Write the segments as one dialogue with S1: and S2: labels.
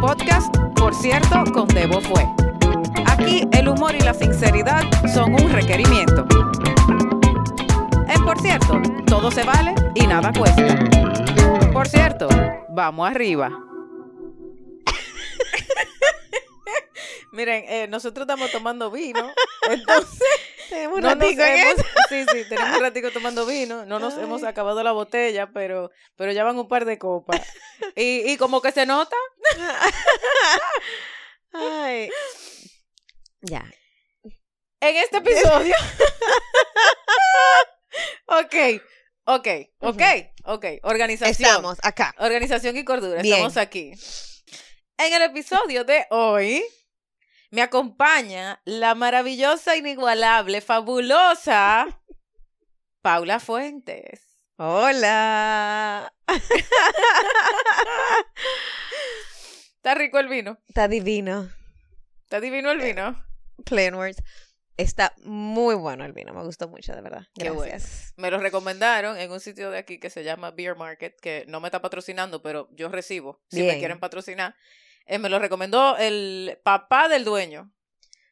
S1: podcast, por cierto, con Debo Fue. Aquí el humor y la sinceridad son un requerimiento. En por cierto, todo se vale y nada cuesta. Por cierto, vamos arriba. Miren, eh, nosotros estamos tomando vino, entonces
S2: Tenemos
S1: no nos
S2: ratico en
S1: hemos-
S2: eso.
S1: sí, sí, tenemos un ratico tomando vino, no nos
S2: Ay.
S1: hemos acabado la botella, pero, pero ya van un par de copas. Y, y como que se nota,
S2: Ay. Ya.
S1: en este episodio. ok, ok, ok, ok. Organización.
S2: Estamos acá.
S1: Organización y cordura.
S2: Bien.
S1: Estamos aquí. En el episodio de hoy me acompaña la maravillosa, inigualable, fabulosa Paula Fuentes.
S2: Hola.
S1: Está rico el vino.
S2: Está divino.
S1: Está divino el vino.
S2: Plain words. Está muy bueno el vino. Me gustó mucho, de verdad.
S1: Qué bueno.
S2: Gracias.
S1: Me lo recomendaron en un sitio de aquí que se llama Beer Market, que no me está patrocinando, pero yo recibo si me
S2: Bien.
S1: quieren patrocinar. Eh, me lo recomendó el papá del dueño.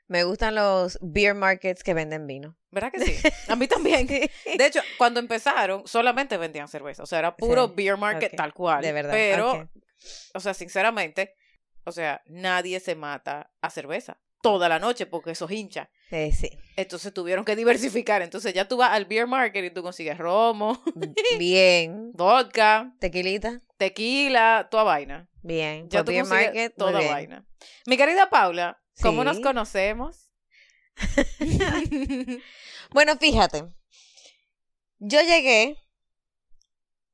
S2: Me gustan los beer markets que venden vino. Eh,
S1: ¿Verdad que sí? A mí también. De hecho, cuando empezaron, solamente vendían cerveza. O sea, era puro
S2: Sí,
S1: beer market
S2: ok,
S1: tal cual.
S2: de verdad.
S1: Pero,
S2: ok.
S1: o sea, sinceramente, o sea, nadie se mata a cerveza toda la noche porque eso es hincha.
S2: Eh, sí.
S1: Entonces tuvieron que diversificar. Entonces ya tú vas al beer market y tú consigues romo,
S2: Bien.
S1: vodka,
S2: Tequilita.
S1: tequila, toda vaina.
S2: Bien.
S1: Ya
S2: Por
S1: tú
S2: Pues beer
S1: consigues
S2: market. muy
S1: toda
S2: bien.
S1: vaina. Mi querida Paula, ¿cómo nos
S2: Sí.
S1: conocemos?
S2: Bueno, fíjate. Yo llegué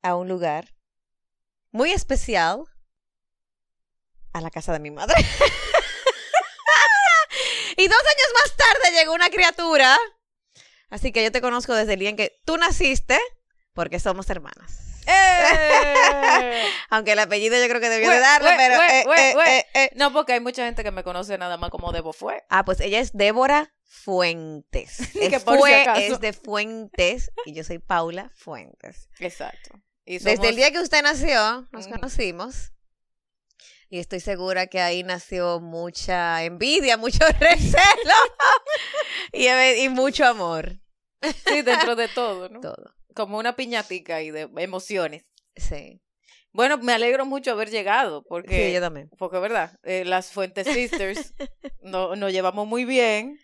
S2: a un lugar muy especial, a la casa de mi madre. y dos años más tarde llegó una criatura. Así que yo te conozco desde el día en que tú naciste, porque somos hermanas.
S1: ¡Eh!
S2: Aunque el apellido yo creo que debió
S1: Güey,
S2: de darle,
S1: güey,
S2: pero...
S1: güey,
S2: eh,
S1: güey,
S2: eh,
S1: güey.
S2: eh, eh.
S1: No, porque hay mucha gente que me conoce nada más como Debo fue.
S2: Ah, pues ella es Débora Fuentes.
S1: Que
S2: Es
S1: por si
S2: fue,
S1: acaso.
S2: es de Fuentes y yo soy Paula Fuentes.
S1: Exacto. Y somos-
S2: Desde el día que usted nació, nos
S1: Ujú.
S2: conocimos. Y estoy segura que ahí nació mucha envidia, mucho recelo y, eh, y mucho amor.
S1: sí, dentro de todo, ¿no?
S2: Todo.
S1: Como una piñatica y de emociones.
S2: Sí.
S1: Bueno, me alegro mucho haber llegado, porque,
S2: Sí, yo también.
S1: porque verdad, Eh, las Fuentes Sisters no, nos llevamos muy bien.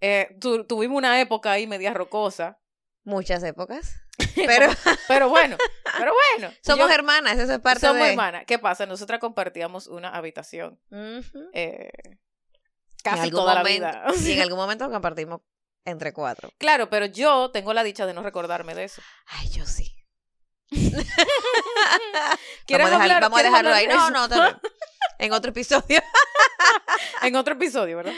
S1: Eh, tu- tuvimos una época ahí media rocosa,
S2: Muchas épocas. Pero
S1: pero bueno, pero bueno.
S2: somos
S1: Yo-
S2: hermanas, eso es parte
S1: somos
S2: de.
S1: hermanas. ¿Qué pasa? Nosotras compartíamos una habitación.
S2: Ujú.
S1: eh,
S2: En
S1: casi
S2: algún
S1: toda
S2: momento-
S1: la vida.
S2: y en algún momento lo compartimos entre cuatro.
S1: Claro, pero yo tengo la dicha de no recordarme de eso.
S2: Ay, yo sí.
S1: ¿Quieres
S2: Vamos a, dejar-
S1: hablar-
S2: vamos a
S1: quieres
S2: dejarlo
S1: hablar
S2: ahí.
S1: de
S2: No,
S1: eso?
S2: no, también. En otro episodio.
S1: en otro episodio, ¿verdad?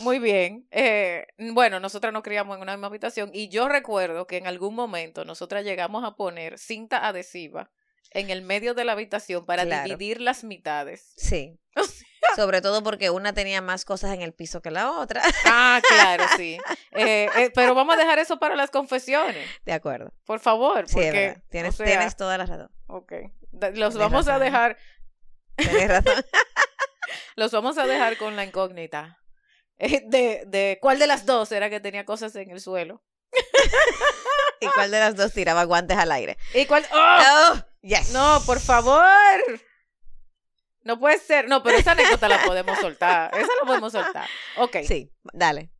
S1: Muy bien. Eh, bueno, nosotras nos criamos en una misma habitación y yo recuerdo que en algún momento nosotras llegamos a poner cinta adhesiva en el medio de la habitación para
S2: Claro.
S1: dividir las mitades.
S2: Sí. Sobre todo porque una tenía más cosas en el piso que la otra.
S1: Ah, claro, sí. Eh, eh, pero vamos a dejar eso para las confesiones,
S2: De acuerdo.
S1: por favor.
S2: Sí, es
S1: porque,
S2: verdad. Tienes,
S1: o sea,
S2: tienes toda la razón.
S1: ok. Da- Los
S2: Tienes
S1: vamos a
S2: razón.
S1: dejar,
S2: Tienes razón.
S1: los vamos a dejar con la incógnita. eh, De, de cuál de las dos era que tenía cosas en el suelo.
S2: ¿Y cuál de las dos tiraba guantes al aire?
S1: ¿Y cuál? ¡Oh!
S2: Oh, yes.
S1: No, por favor. No puede ser. No, pero esa anécdota la podemos soltar. Esa la podemos soltar. Ok.
S2: Sí, dale.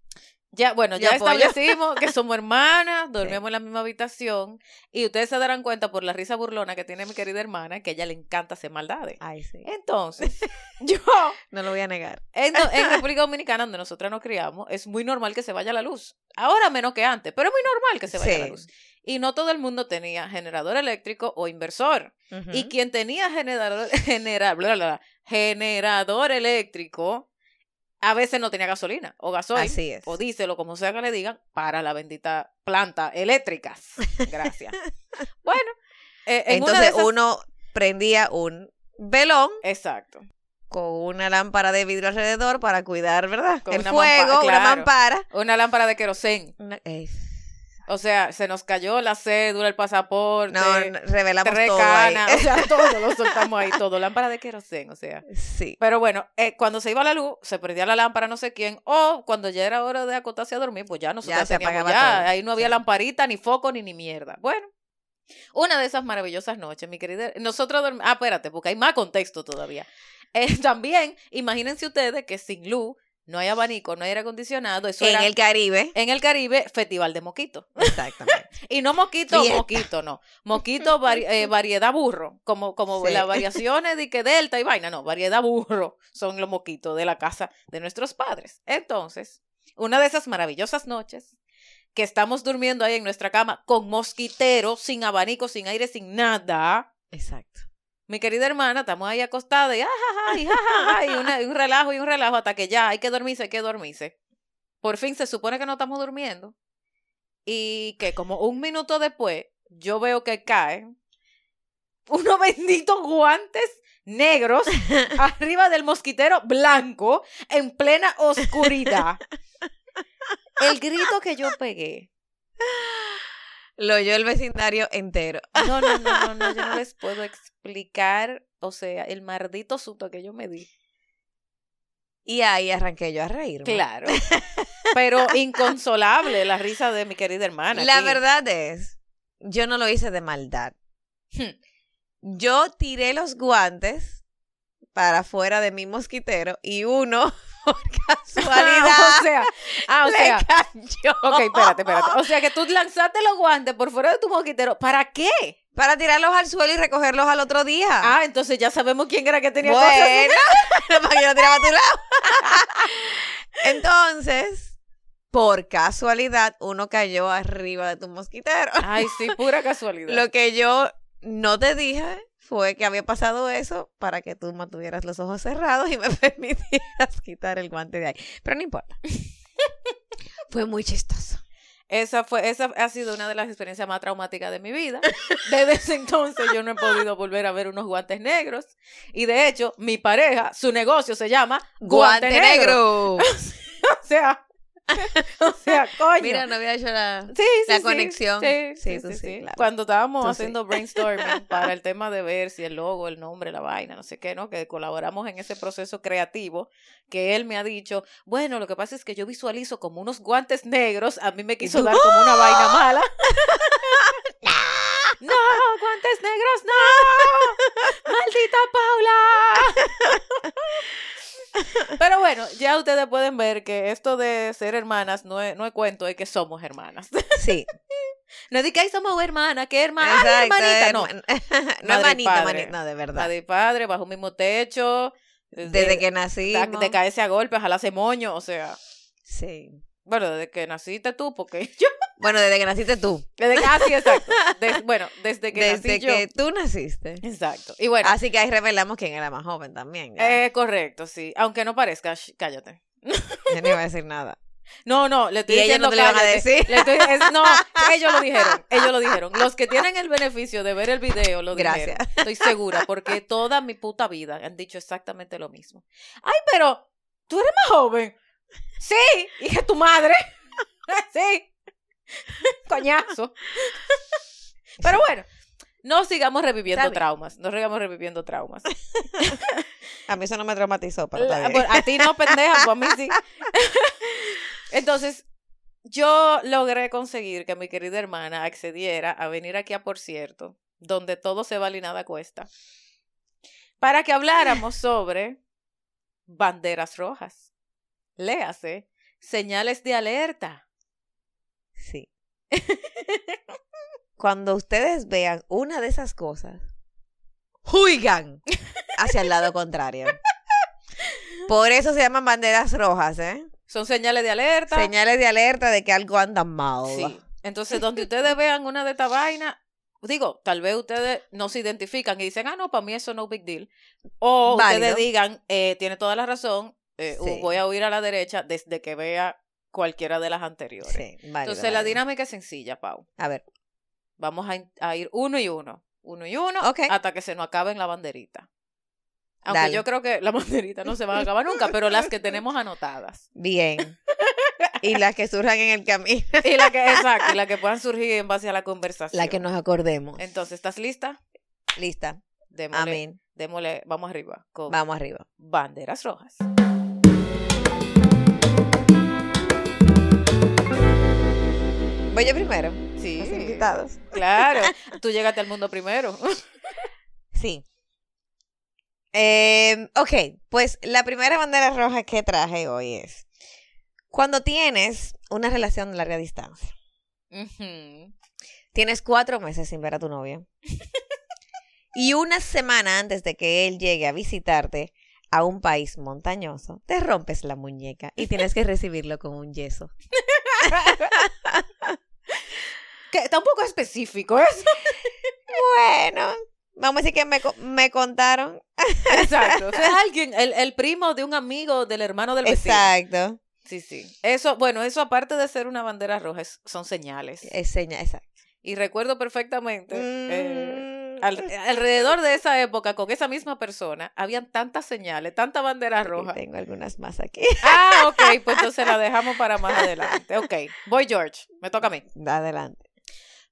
S1: Ya, bueno, ya
S2: Yo apoyo.
S1: establecimos que somos hermanas, dormimos en la misma habitación. Y ustedes se darán cuenta por la risa burlona que tiene mi querida hermana que a ella le encanta hacer maldades.
S2: Ay, sí.
S1: Entonces, yo,
S2: No lo voy a negar.
S1: en, en República Dominicana, donde nosotras nos criamos, es muy normal que se vaya la luz. Ahora menos que antes, pero es muy normal que se vaya la
S2: Sí.
S1: luz. Y no todo el mundo tenía generador eléctrico o inversor. Y quien tenía generador, genera- bla, bla, bla, generador eléctrico, a veces no tenía gasolina o gasoil
S2: Así es.
S1: o diésel o como sea que le digan, para la bendita planta eléctricas. Gracias. bueno, eh, en una de
S2: Entonces
S1: esas-
S2: uno prendía un velón
S1: Exacto.
S2: con una lámpara de vidrio alrededor para cuidar, ¿verdad?
S1: Con
S2: el
S1: una
S2: fuego,
S1: mampa-
S2: una
S1: claro.
S2: mampara.
S1: Una lámpara de querosén.
S2: Una- eh,
S1: O sea, se nos cayó la cédula, el pasaporte,
S2: No, no, revelamos
S1: tres
S2: todo ahí.
S1: canas, o sea, todo lo soltamos ahí, todo, lámpara de querosén, o sea.
S2: Sí.
S1: Pero bueno, eh, cuando se iba la luz, se perdía la lámpara, no sé quién, o cuando ya era hora de acotarse a dormir, pues ya nosotros
S2: Ya se
S1: teníamos
S2: apagaba
S1: ya,
S2: todo.
S1: ahí no había
S2: Sí.
S1: lamparita, ni foco, ni ni mierda. Bueno, una de esas maravillosas noches, mi querida, nosotros dormimos, ah, espérate, porque hay más contexto todavía. Eh, también, imagínense ustedes que sin luz, no hay abanico, no hay aire acondicionado, eso
S2: En
S1: era
S2: el Caribe.
S1: en el Caribe, festival de moquito.
S2: Exactamente.
S1: Y no moquito,
S2: Fiesta.
S1: moquito, no. Moquito, vari- eh, variedad burro. Como, como
S2: Sí.
S1: las variaciones de que delta y vaina, no. Variedad burro son los moquitos de la casa de nuestros padres. Entonces, una de esas maravillosas noches que estamos durmiendo ahí en nuestra cama con mosquitero, sin abanico, sin aire, sin nada.
S2: Exacto.
S1: Mi querida hermana, estamos ahí acostada y, ajaja, y, ajaja, y una- y un relajo y un relajo hasta que ya hay que dormirse, hay que dormirse. Por fin se supone que no estamos durmiendo. Y que como un minuto después, yo veo que caen unos benditos guantes negros arriba del mosquitero blanco en plena oscuridad. El grito que yo pegué.
S2: Lo oyó el vecindario entero.
S1: No, no, no, no, no, yo no les puedo explicar, o sea, el maldito susto que yo me di.
S2: Y ahí arranqué yo a reírme.
S1: Claro. Pero inconsolable la risa de mi querida hermana.
S2: La
S1: aquí.
S2: verdad es, yo no lo hice de maldad.
S1: Hmm.
S2: Yo tiré los guantes para afuera de mi mosquitero y uno, por casualidad,
S1: o sea, ah, o
S2: le
S1: sea,
S2: cayó.
S1: ok, espérate, espérate. O sea que tú lanzaste los guantes por fuera de tu mosquitero. ¿Para qué?
S2: Para tirarlos al suelo y recogerlos al otro día.
S1: Ah, entonces ya sabemos quién era que tenía
S2: bueno,
S1: cosas así.
S2: para que yo lo tiraba a tu lado. Entonces, por casualidad, uno cayó arriba de tu mosquitero.
S1: Ay, sí, pura casualidad.
S2: Lo que yo no te dije fue que había pasado eso para que tú mantuvieras los ojos cerrados y me permitieras quitar el guante de ahí. Pero no importa. fue muy chistoso.
S1: Esa fue, esa ha sido una de las experiencias más traumáticas de mi vida. Desde ese entonces yo no he podido volver a ver unos guantes negros. Y de hecho, mi pareja, su negocio se llama Guante, negro.
S2: negro.
S1: O sea, o sea, coño.
S2: Mira, no había hecho la...
S1: Sí, sí,
S2: La
S1: sí.
S2: conexión.
S1: Sí,
S2: Sí,
S1: sí,
S2: tú
S1: sí,
S2: sí,
S1: sí.
S2: claro.
S1: Cuando estábamos
S2: Tú sí.
S1: haciendo brainstorming para el tema de ver si el logo, el nombre, la vaina, no sé qué, ¿no? Que colaboramos en ese proceso creativo, que él me ha dicho, bueno, lo que pasa es que yo visualizo como unos guantes negros, a mí me quiso dar como una vaina mala. ¡No! ¡Guantes negros, no! ¡Maldita Paula! Pero bueno, ya ustedes pueden ver que esto de ser hermanas no es, no es cuento, es que somos hermanas.
S2: Sí.
S1: No es de que ahí somos hermanas, que hermana,
S2: Exacto,
S1: Ay, hermanita, no.
S2: herman- no,
S1: Madre y
S2: hermanita,
S1: padre.
S2: hermanita, no, de verdad.
S1: Madre y padre, bajo un mismo techo.
S2: Desde que nací.
S1: da- De caerse a golpes, jalarse moño, o sea.
S2: Sí.
S1: Bueno, desde que naciste tú, porque yo.
S2: Bueno, desde que naciste tú.
S1: Desde que, ah, sí, exacto. Des- bueno, desde que
S2: Desde
S1: nací yo.
S2: que tú naciste.
S1: Exacto. Y bueno,
S2: Así que ahí revelamos quién era más joven también. ya.
S1: eh, correcto, sí. Aunque no parezca, sh, cállate.
S2: Yo no iba a decir nada.
S1: No, no, le estoy
S2: Y ellos
S1: diciendo
S2: no te lo van a
S1: cállate.
S2: decir.
S1: Le estoy- es- no, ellos lo dijeron, ellos lo dijeron. Los que tienen el beneficio de ver el video lo dijeron.
S2: Gracias.
S1: Estoy segura, porque toda mi puta vida han dicho exactamente lo mismo. Ay, pero tú eres más joven. Sí, hija de tu madre. Sí. Coñazo. Pero bueno, no sigamos reviviendo
S2: Está bien.
S1: traumas. No sigamos reviviendo traumas.
S2: A mí eso no me traumatizó, pero
S1: La-
S2: está bien.
S1: bueno, a ti no, pendeja, pues a mí sí. Entonces, yo logré conseguir que mi querida hermana accediera a venir aquí a Por Cierto, donde todo se vale y nada cuesta, para que habláramos sobre banderas rojas. Léase, señales de alerta.
S2: Sí. Cuando ustedes vean una de esas cosas, ¡juigan! Hacia el lado contrario. Por eso se llaman banderas rojas, ¿eh?
S1: Son señales de alerta.
S2: Señales de alerta de que algo anda mal.
S1: Ah. Sí. Entonces, donde ustedes vean una de estas vainas, digo, tal vez ustedes no se identifican y dicen, ah, no, para mí eso no big deal. O ustedes
S2: Válido.
S1: digan, eh, tiene toda la razón, eh,
S2: Sí.
S1: voy a huir a la derecha desde que vea cualquiera de las anteriores.
S2: Sí, vale.
S1: Entonces, la dinámica es sencilla, Pau.
S2: A ver,
S1: Vamos a, in- a ir uno y uno, uno y uno,
S2: Ok.
S1: hasta que se nos acaben la banderita. Aunque
S2: Dale.
S1: yo creo que la banderita no se van a acabar nunca, pero las que tenemos anotadas.
S2: bien. y las que surjan en el camino.
S1: Y la que, exacto, y la que puedan surgir en base a la conversación.
S2: La que nos acordemos.
S1: Entonces, ¿estás lista?
S2: Lista.
S1: Démosle,
S2: Amén.
S1: démosle- vamos arriba con
S2: Vamos arriba.
S1: banderas rojas.
S2: Voy yo primero.
S1: Sí,
S2: Los invitados.
S1: claro. Tú llegaste al mundo primero.
S2: Sí. Eh, ok, pues la primera bandera roja que traje hoy es cuando tienes una relación de larga distancia.
S1: Ujú.
S2: Tienes cuatro meses sin ver a tu novio. y una semana antes de que él llegue a visitarte a un país montañoso, te rompes la muñeca y tienes que recibirlo con un yeso.
S1: que está un poco específico eso.
S2: Bueno, vamos a decir que me, co- me contaron.
S1: Exacto. O sea, es alguien, el, el primo de un amigo, del hermano del vecino.
S2: Exacto.
S1: Sí, sí. Eso, bueno, eso aparte de ser una bandera roja, es- son señales.
S2: Es Eh, seña, exacto.
S1: Y recuerdo perfectamente, eh,
S2: Mm.
S1: al- alrededor de esa época, con esa misma persona, habían tantas señales, tantas banderas
S2: Aquí
S1: rojas.
S2: Tengo algunas más aquí.
S1: Ah, ok, pues entonces la dejamos para más adelante. Ok, voy George, me toca a mí.
S2: Adelante.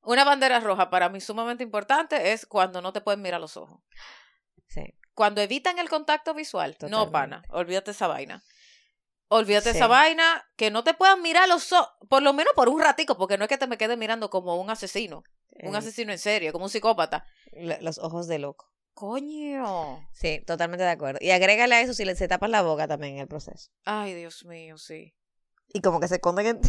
S1: Una bandera roja para mí sumamente importante es cuando no te pueden mirar a los ojos.
S2: Sí.
S1: Cuando evitan el contacto visual, no, pana,
S2: Totalmente.
S1: olvídate esa vaina. Olvídate
S2: Sí.
S1: esa vaina, que no te puedan mirar los ojos, por lo menos por un ratico, porque no es que te me quede mirando como un asesino, un
S2: Eh,
S1: asesino en serie, como un psicópata.
S2: lo- los ojos de loco.
S1: Coño.
S2: Sí, totalmente de acuerdo. Y agrégale a eso si le se tapas la boca también en el proceso.
S1: Ay, Dios mío, sí.
S2: Y como que se esconden en...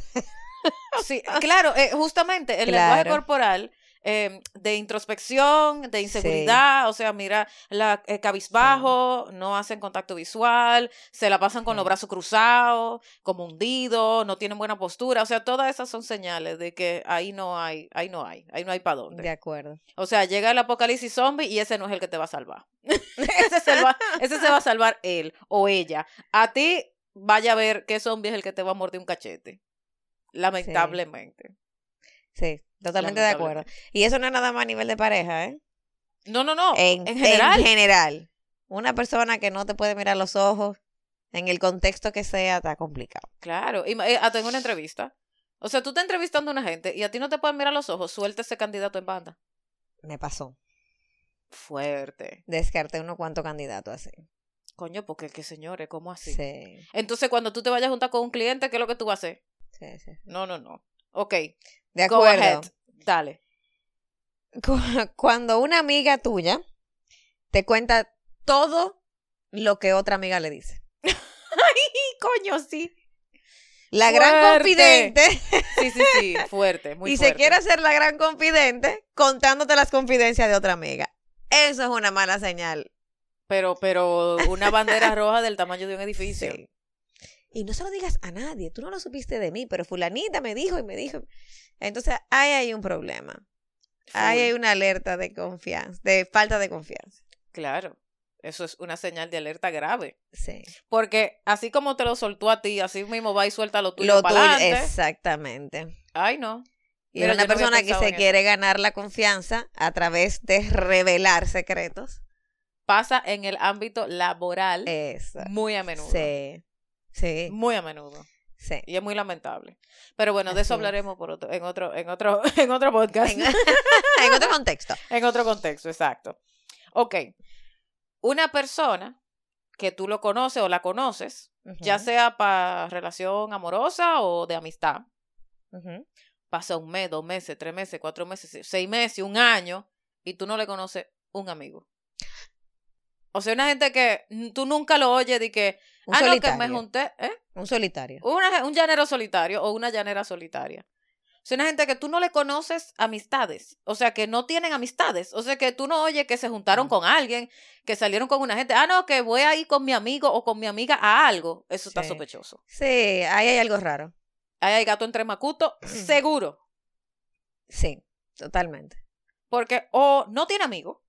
S1: Sí, claro, eh, justamente el lenguaje
S2: Claro.
S1: corporal eh, de introspección, de inseguridad, o sea, mira, la eh, cabizbajo, no hacen contacto visual, se la pasan con los
S2: Sí.
S1: brazos cruzados, como hundidos, no tienen buena postura, o sea, todas esas son señales de que ahí no hay, ahí no hay, ahí no hay para dónde.
S2: De acuerdo.
S1: O sea, llega el apocalipsis zombie y ese no es el que te va a salvar. ese, se va, ese se va a salvar él o ella. A ti, vaya a ver qué zombie es el que te va a morder un cachete. Lamentablemente.
S2: Sí, totalmente de acuerdo. Y eso no es nada más a nivel de pareja, ¿eh?
S1: No, no, no.
S2: En,
S1: En, general.
S2: En general. Una persona que no te puede mirar los ojos, en el contexto que sea, está complicado.
S1: Claro. Ima- eh, Hasta en una entrevista. O sea, tú estás entrevistando a una gente y a ti no te pueden mirar los ojos, suelta ese candidato en banda.
S2: Me pasó.
S1: Fuerte.
S2: Descarté uno cuanto candidato así.
S1: Coño, porque que señores, ¿cómo así?
S2: Sí. Sí,
S1: Entonces, cuando tú te vayas a juntar con un cliente, ¿qué es lo que tú vas a hacer?
S2: sí.
S1: No, no, no. Ok,
S2: De
S1: go ahead.
S2: acuerdo.
S1: Dale.
S2: cu- cuando una amiga tuya te cuenta todo lo que otra amiga le dice.
S1: Y coño, sí.
S2: La gran
S1: Fuerte.
S2: confidente
S1: Sí, sí, sí, fuerte, muy
S2: y
S1: fuerte.
S2: se quiere hacer la gran confidente contándote las confidencias de otra amiga. Eso es una mala señal.
S1: Pero, pero una bandera roja del tamaño de un edificio.
S2: Sí. Y no se lo digas a nadie. Tú no lo supiste de mí, pero fulanita me dijo y me dijo. Entonces, ahí hay un problema. Ahí hay
S1: Full,
S2: una alerta de confianza, de falta de confianza.
S1: Claro, eso es una señal de alerta grave.
S2: Sí.
S1: Porque así como te lo soltó a ti, así mismo va y suelta lo tuyo
S2: Lo
S1: para
S2: tuyo,
S1: adelante.
S2: exactamente.
S1: Ay, no.
S2: Y
S1: Mira,
S2: era una
S1: yo no había
S2: persona que
S1: pensado en
S2: se
S1: eso.
S2: quiere ganar la confianza a través de revelar secretos.
S1: Pasa en el ámbito laboral
S2: Eso.
S1: muy a menudo.
S2: Eh, Sí. Sí.
S1: Muy a menudo.
S2: Sí.
S1: Y es muy lamentable. Pero bueno, de eso
S2: Así es.
S1: hablaremos por otro, en otro, en otro, en otro podcast.
S2: En, en otro contexto.
S1: En otro contexto, exacto. Ok. Una persona que tú lo conoces o la conoces, ya
S2: Ujú,
S1: sea para relación amorosa o de amistad,
S2: ujú.
S1: pasa un mes, dos meses, tres meses, cuatro meses, se- seis meses, un año, y tú no le conoces un amigo. O sea, una gente que n- tú nunca lo oyes de que,
S2: Un
S1: ah, no, que
S2: solitario.
S1: me junté, ¿eh?
S2: Un solitario.
S1: Una- un llanero solitario o una llanera solitaria. O sea, una gente que tú no le conoces amistades. O sea, que no tienen amistades. O sea, que tú no oyes que se juntaron
S2: Mm.
S1: con alguien, que salieron con una gente. Ah, no, que voy a ir con mi amigo o con mi amiga a algo. Eso está
S2: Sí.
S1: sospechoso.
S2: Sí, ahí hay algo raro.
S1: Ahí hay gato entre macuto, seguro.
S2: Sí, totalmente.
S1: Porque o no tiene amigo.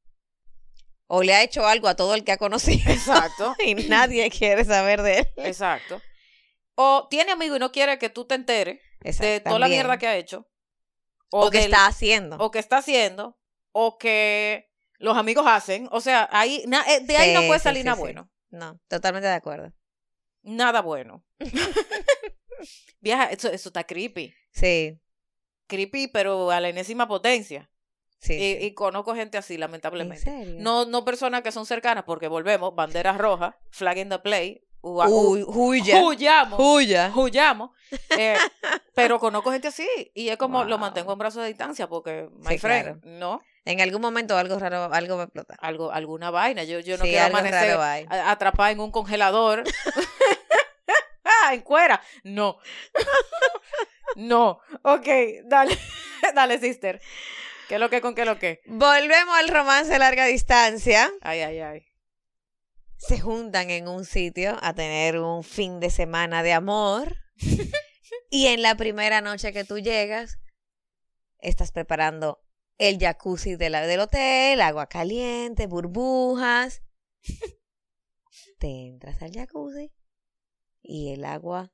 S2: O le ha hecho algo a todo el que ha conocido
S1: Exacto.
S2: y nadie quiere saber de él.
S1: Exacto. O tiene amigo y no quiere que tú te enteres de
S2: Exacto,
S1: toda la
S2: también.
S1: mierda que ha hecho.
S2: o que
S1: del-
S2: está haciendo.
S1: o que está haciendo, o que los amigos hacen. O sea, ahí na- eh, de ahí no
S2: Sí,
S1: puede
S2: sí,
S1: salir
S2: sí,
S1: nada
S2: sí.
S1: bueno.
S2: No, totalmente de acuerdo.
S1: Nada bueno. Vieja, eso, eso está creepy.
S2: Sí,
S1: Creepy, pero a la enésima potencia.
S2: sí.
S1: Y,
S2: sí.
S1: y conozco gente así,
S2: ¿En
S1: lamentablemente.
S2: serio?
S1: No, no personas que son cercanas, porque volvemos, banderas rojas, flag in the play, ua-
S2: Uy, huya.
S1: huyamos,
S2: Huya.
S1: huyamos. Eh, pero conozco gente así y es como lo
S2: Wow.
S1: mantengo en brazos de distancia porque, my
S2: Sí,
S1: friend, no,
S2: En algún momento algo raro, algo va a explotar.
S1: algo, alguna vaina. Yo, yo no
S2: sí,
S1: quiero
S2: algo raro
S1: amanecer
S2: hay.
S1: a- atrapada en un congelador. ah, en cuera. No. no. Ok, dale, dale, sister. ¿Qué lo que con qué lo que?
S2: Volvemos al romance de larga distancia.
S1: Ay, ay, ay.
S2: Se juntan en un sitio a tener un fin de semana de amor. y en la primera noche que tú llegas, estás preparando el jacuzzi de la- del hotel, agua caliente, burbujas. Te entras al jacuzzi y el agua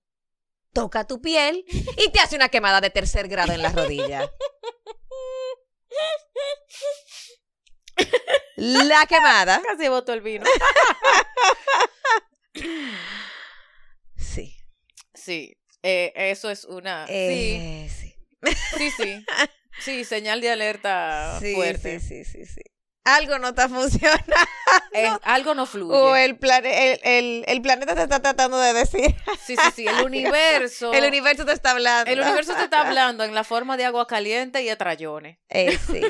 S2: toca tu piel y te hace una quemada de tercer grado en la rodilla. La quemada.
S1: Casi botó el vino.
S2: Sí.
S1: Sí, eh, eso es una.
S2: Eh, sí.
S1: Sí, sí, sí. Sí, señal de alerta
S2: Sí,
S1: Ah, fuerte.
S2: sí, sí, sí, sí. Algo no está funcionando.
S1: Es- Eh, algo no fluye.
S2: O el, plane- el, el- el planeta te está tratando de decir.
S1: Sí, sí, sí. El universo.
S2: El universo te está hablando.
S1: el universo te está hablando en la forma de agua caliente y atrayones.
S2: Eh, sí.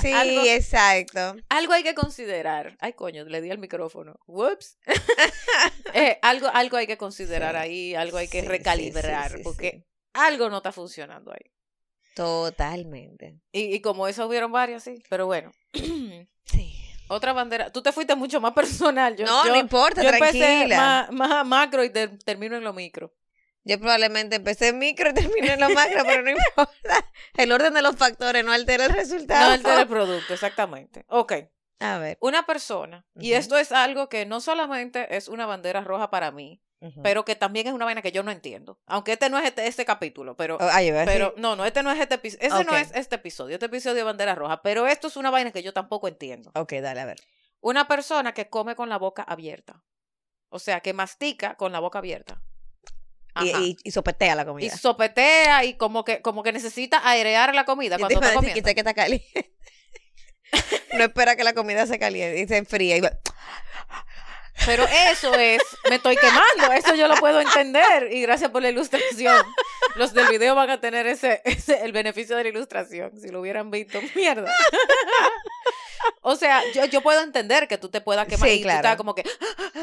S2: Sí,
S1: Algo-
S2: exacto.
S1: Algo hay que considerar. Ay, coño, le di al micrófono. Whoops. Eh, algo, algo hay que considerar
S2: Sí.
S1: ahí, algo hay que
S2: Sí, sí,
S1: recalibrar,
S2: sí, sí,
S1: porque
S2: sí.
S1: algo no está funcionando ahí.
S2: Totalmente.
S1: Y, y como eso hubieron varias, sí. Pero bueno.
S2: Sí.
S1: Otra bandera. Tú te fuiste mucho más personal. Yo,
S2: no,
S1: yo-
S2: no importa,
S1: yo empecé
S2: tranquila.
S1: más, más a macro y ter- termino en lo micro.
S2: Yo probablemente empecé en micro y terminé en lo macro, pero no importa. El orden de los factores no altera el
S1: No,
S2: resultado.
S1: el teleproducto, exactamente. Ok,
S2: A ver.
S1: una persona, y
S2: Ujú.
S1: esto es algo que no solamente es una bandera roja para mí,
S2: Ujú.
S1: pero que también es una vaina que yo no entiendo. Aunque este no es este, este capítulo, pero...
S2: Oh, ay, iba a decir-
S1: Pero no, no, este no es este episodio. Ese no
S2: Ok.
S1: es este episodio. Este episodio de bandera roja. Pero esto es una vaina que yo tampoco entiendo.
S2: Ok, dale, a ver.
S1: Una persona que come con la boca abierta. O sea, que mastica con la boca abierta.
S2: Y,
S1: Ajá.
S2: y- y sopetea la
S1: y
S2: comida.
S1: sopetea y como que como que necesita airear la comida
S2: Yo
S1: cuando
S2: te iba a
S1: está
S2: decir que
S1: comiendo.
S2: sé que está caliente. no espera que la comida se caliente y se enfríe. y va-
S1: Pero eso es, me estoy quemando, eso yo lo puedo entender y gracias por la ilustración. Los del video van a tener ese, ese el beneficio de la ilustración, si lo hubieran visto, mierda. O sea, yo, yo puedo entender que tú te puedas quemar
S2: Sí,
S1: y
S2: claro.
S1: tú estás como que,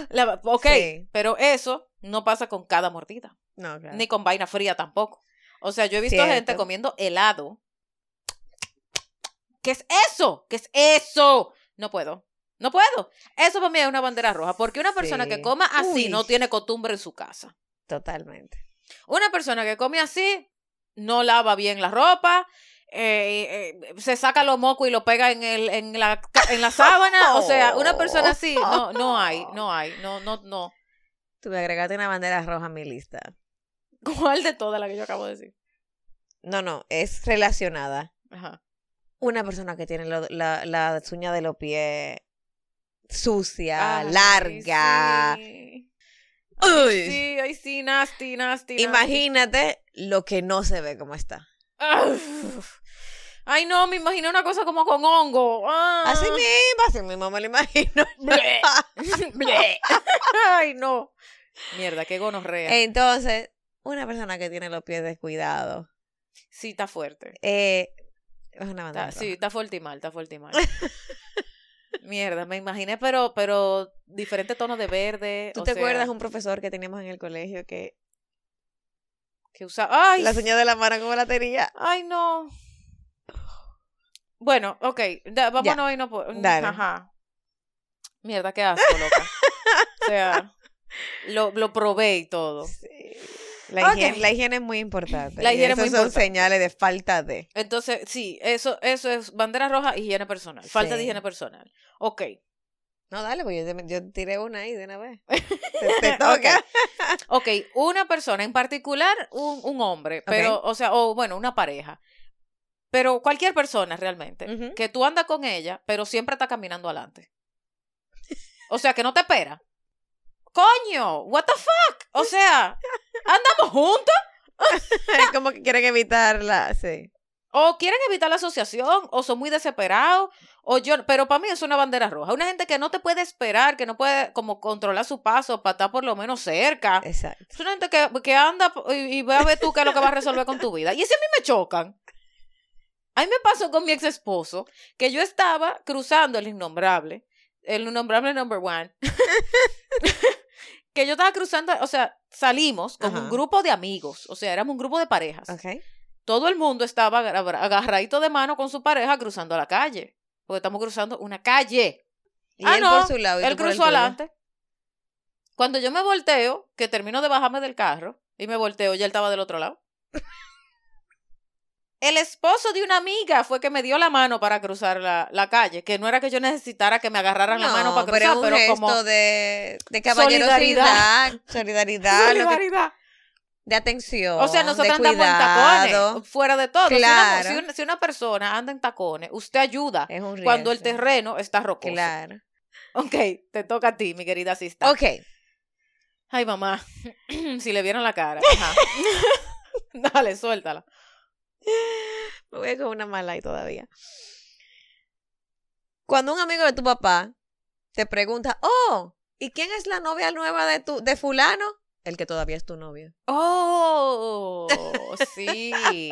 S1: la- ok,
S2: Sí.
S1: pero eso no pasa con cada mordida,
S2: No, claro.
S1: ni con vaina fría tampoco. O sea, yo he visto gente
S2: Cierto.
S1: comiendo helado. ¿Qué es eso? ¿Qué es eso? No puedo. No puedo. Eso para mí es una bandera roja, porque una persona que
S2: Sí.
S1: coma así
S2: Uy.
S1: no tiene costumbre en su casa.
S2: Totalmente.
S1: Una persona que come así no lava bien la ropa, eh, eh, se saca los mocos y lo pega en, el, en, la, ca- en la sábana. O sea, una persona así no, no hay, no hay, no, no, no.
S2: Tú me agregaste una bandera roja a mi lista.
S1: ¿Cuál de todas las que yo acabo de decir?
S2: No, no, es relacionada.
S1: Ajá.
S2: Una persona que tiene lo- la, la uña de los pies sucia,
S1: Ay,
S2: Ah, larga.
S1: Ah,
S2: Pues,
S1: Sí.
S2: Uy.
S1: sí, ay, sí, nasty, nasty. nasty.
S2: Imagínate lo que no se ve como está.
S1: Uf. Ay, no, me imaginé una cosa como con hongo. Ah.
S2: Así mismo, así mismo me lo imagino.
S1: Bleh. Bleh. Ay, no. Mierda, qué
S2: Eh.
S1: gonorrea.
S2: Entonces, una persona que tiene los pies descuidados.
S1: sí, está fuerte.
S2: Eh, es una
S1: Está-
S2: bandera.
S1: Ah, sí, está fuerte y mal, está fuerte y mal. Mierda, me imaginé, pero, pero diferentes tonos de verde.
S2: ¿Tú
S1: o
S2: te
S1: sea,
S2: acuerdas un profesor que teníamos en el colegio que
S1: que usa- Ay,
S2: la señal de la mano como la tenía?
S1: ay, no. Bueno, ok, da- vámonos y no po-
S2: dale.
S1: Ajá. Mierda, qué asco, loca. o sea, lo, lo probé y todo.
S2: La,
S1: Ok.
S2: higiene, la higiene es muy importante.
S1: La
S2: y
S1: higiene es
S2: esas
S1: muy
S2: son
S1: importante.
S2: señales de falta de.
S1: Entonces, sí, eso, eso es bandera roja, higiene personal. Falta de
S2: Sí.
S1: higiene personal. Ok.
S2: No, dale, pues yo, te- yo tiré una ahí de una vez. Te, te toca.
S1: Ok, una persona, en particular un, un hombre, pero, o sea, o bueno, una pareja. Pero cualquier persona realmente,
S2: Ujú.
S1: que tú andas con ella, pero siempre está caminando adelante. O sea, que no te espera. Coño, what the fuck? O sea, ¿Andamos juntos?
S2: Es como que quieren evitarla, sí.
S1: O quieren evitar la asociación, o son muy desesperados, o yo, pero para mí es una bandera roja. Una gente que no te puede esperar, que no puede como controlar su paso para estar por lo menos cerca.
S2: Exacto.
S1: Es una gente que, que anda y, y ve a ver tú qué es lo que va a resolver con tu vida. Y ese a mí me chocan. A mí me pasó con mi ex esposo que yo estaba cruzando el innombrable, el innombrable number one. que yo estaba cruzando, o sea, salimos con
S2: Ajá.
S1: un grupo de amigos, o sea, éramos un grupo de parejas.
S2: Ok.
S1: Todo el mundo estaba agar- agarradito de mano con su pareja cruzando la calle, porque estamos cruzando una calle.
S2: Y
S1: Ah,
S2: él
S1: no,
S2: por su lado. y
S1: Él
S2: tú por el
S1: cruzó
S2: tuyo.
S1: adelante. Cuando yo me volteo, que termino de bajarme del carro y me volteo, ya él estaba del otro lado. El esposo de una amiga fue que me dio la mano para cruzar la, la calle, que no era que yo necesitara que me agarraran la mano para cruzar,
S2: pero,
S1: pero,
S2: es un
S1: como
S2: gesto de, de caballerosidad, solidaridad, lo que-
S1: solidaridad.
S2: de atención,
S1: O sea,
S2: nosotros
S1: nosotros andamos en tacones, fuera de todo. Si una-
S2: Claro.
S1: Si, una, si una persona anda en tacones, usted ayuda
S2: Es un
S1: cuando el
S2: riesgo.
S1: terreno está rocoso.
S2: Claro.
S1: Ok, te toca a ti, mi querida asistente.
S2: Ok,
S1: Ay, mamá, si le vieron la cara. Ajá. Dale, suéltala.
S2: me voy con una mala ahí todavía. Cuando un amigo de tu papá te pregunta, oh, ¿y quién es la novia nueva de tu, de fulano? El que todavía es tu novio.
S1: Oh, sí. Te,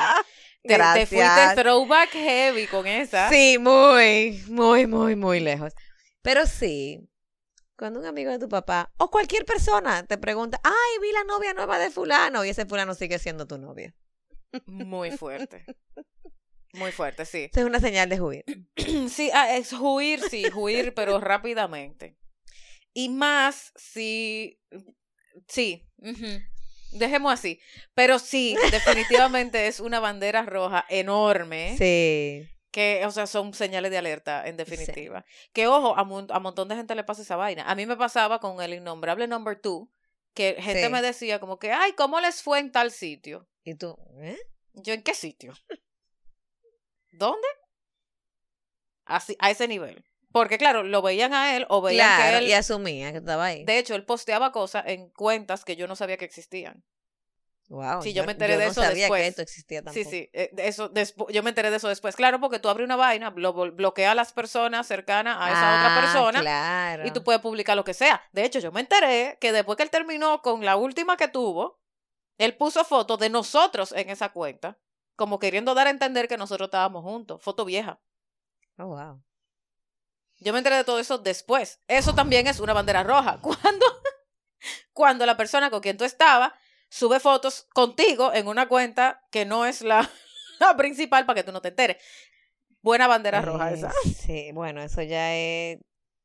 S1: te
S2: Gracias.
S1: fuiste throwback heavy con esa.
S2: Sí, muy, muy, muy, muy lejos. Pero sí, cuando un amigo de tu papá o cualquier persona te pregunta, ay, vi la novia nueva de fulano y ese fulano sigue siendo tu novio.
S1: Muy fuerte. Muy fuerte, sí.
S2: Esa es una señal de huir.
S1: Sí, ah, es huir, sí, huir, pero rápidamente. Y más si. Sí. ujú. Dejemos así. Pero sí, definitivamente es una bandera roja enorme.
S2: Sí.
S1: Que, Eh, o sea, son señales de alerta, en definitiva. Que, ojo, a, mon- a montón de gente le pasa esa vaina. A mí me pasaba con el innombrable number two, que gente
S2: Sí.
S1: me decía como que, ay, ¿cómo les fue en tal sitio?
S2: ¿Y tú? ¿eh?
S1: Yo, ¿en qué sitio? ¿Dónde? Así, a ese nivel. Porque, claro, lo veían a él o veían
S2: Claro,
S1: que
S2: y
S1: él...
S2: asumía que estaba ahí.
S1: De hecho, él posteaba cosas en cuentas que yo no sabía que existían.
S2: Wow,
S1: Sí, yo me enteré de eso
S2: no sabía
S1: después.
S2: que esto existía
S1: Sí,
S2: tampoco.
S1: sí, eh, de eso despu- yo me enteré de eso después. Claro, porque tú abres una vaina, blo- blo- bloquea a las personas cercanas a esa
S2: Ah,
S1: otra persona
S2: Claro.
S1: y tú puedes publicar lo que sea. De hecho, yo me enteré que después que él terminó con la última que tuvo, él puso fotos de nosotros en esa cuenta, como queriendo dar a entender que nosotros estábamos juntos, foto vieja.
S2: Oh, wow.
S1: Yo me enteré de todo eso después. Eso también es una bandera roja. Cuando, cuando la persona con quien tú estabas sube fotos contigo en una cuenta que no es la, la principal para que tú no te enteres. Buena bandera roja
S2: Eh,
S1: esa.
S2: Sí, bueno, eso ya es...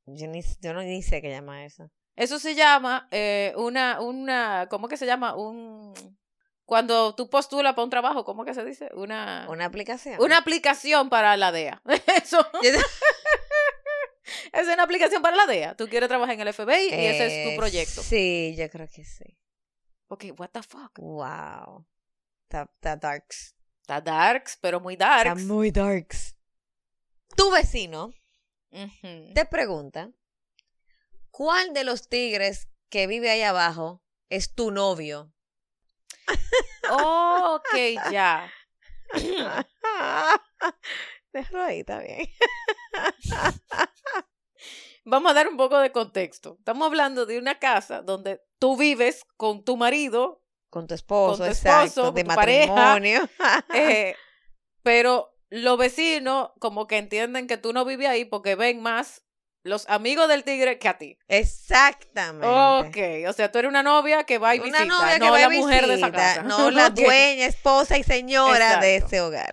S2: Yo, ni, yo no ni sé qué llama eso.
S1: Eso se llama eh, una, una, ¿cómo que se llama? Un, cuando tú postulas para un trabajo, ¿cómo que se dice? Una, Ah. una,
S2: ¿Una aplicación?
S1: aplicación para la DEA. Eso. Es una aplicación para la DEA. Tú quieres trabajar en el FBI y ese es
S2: Eh,
S1: tu proyecto.
S2: Sí, yo creo que sí.
S1: Ok, what the fuck.
S2: Wow. Está, está darks.
S1: Está darks, pero muy darks.
S2: Está muy darks. Tu vecino
S1: Ujú.
S2: te pregunta, ¿cuál de los tigres que vive ahí abajo es tu novio?
S1: Ok, ya.
S2: Déjalo ahí, está bien.
S1: Vamos a dar un poco de contexto. Estamos hablando de una casa donde tú vives con tu marido
S2: Con tu esposo,
S1: Con tu
S2: exacto,
S1: esposo, con
S2: de
S1: tu pareja.
S2: matrimonio.
S1: Eh, pero los vecinos como que entienden que tú no vives ahí porque ven más los amigos del tigre que a ti.
S2: Exactamente.
S1: Ok, o sea, tú eres una novia que va y
S2: Una
S1: visita,
S2: novia
S1: no
S2: que va
S1: la
S2: y
S1: mujer de esa
S2: visita,
S1: casa.
S2: No la
S1: Ok.
S2: dueña, esposa y señora de
S1: Exacto.
S2: ese hogar.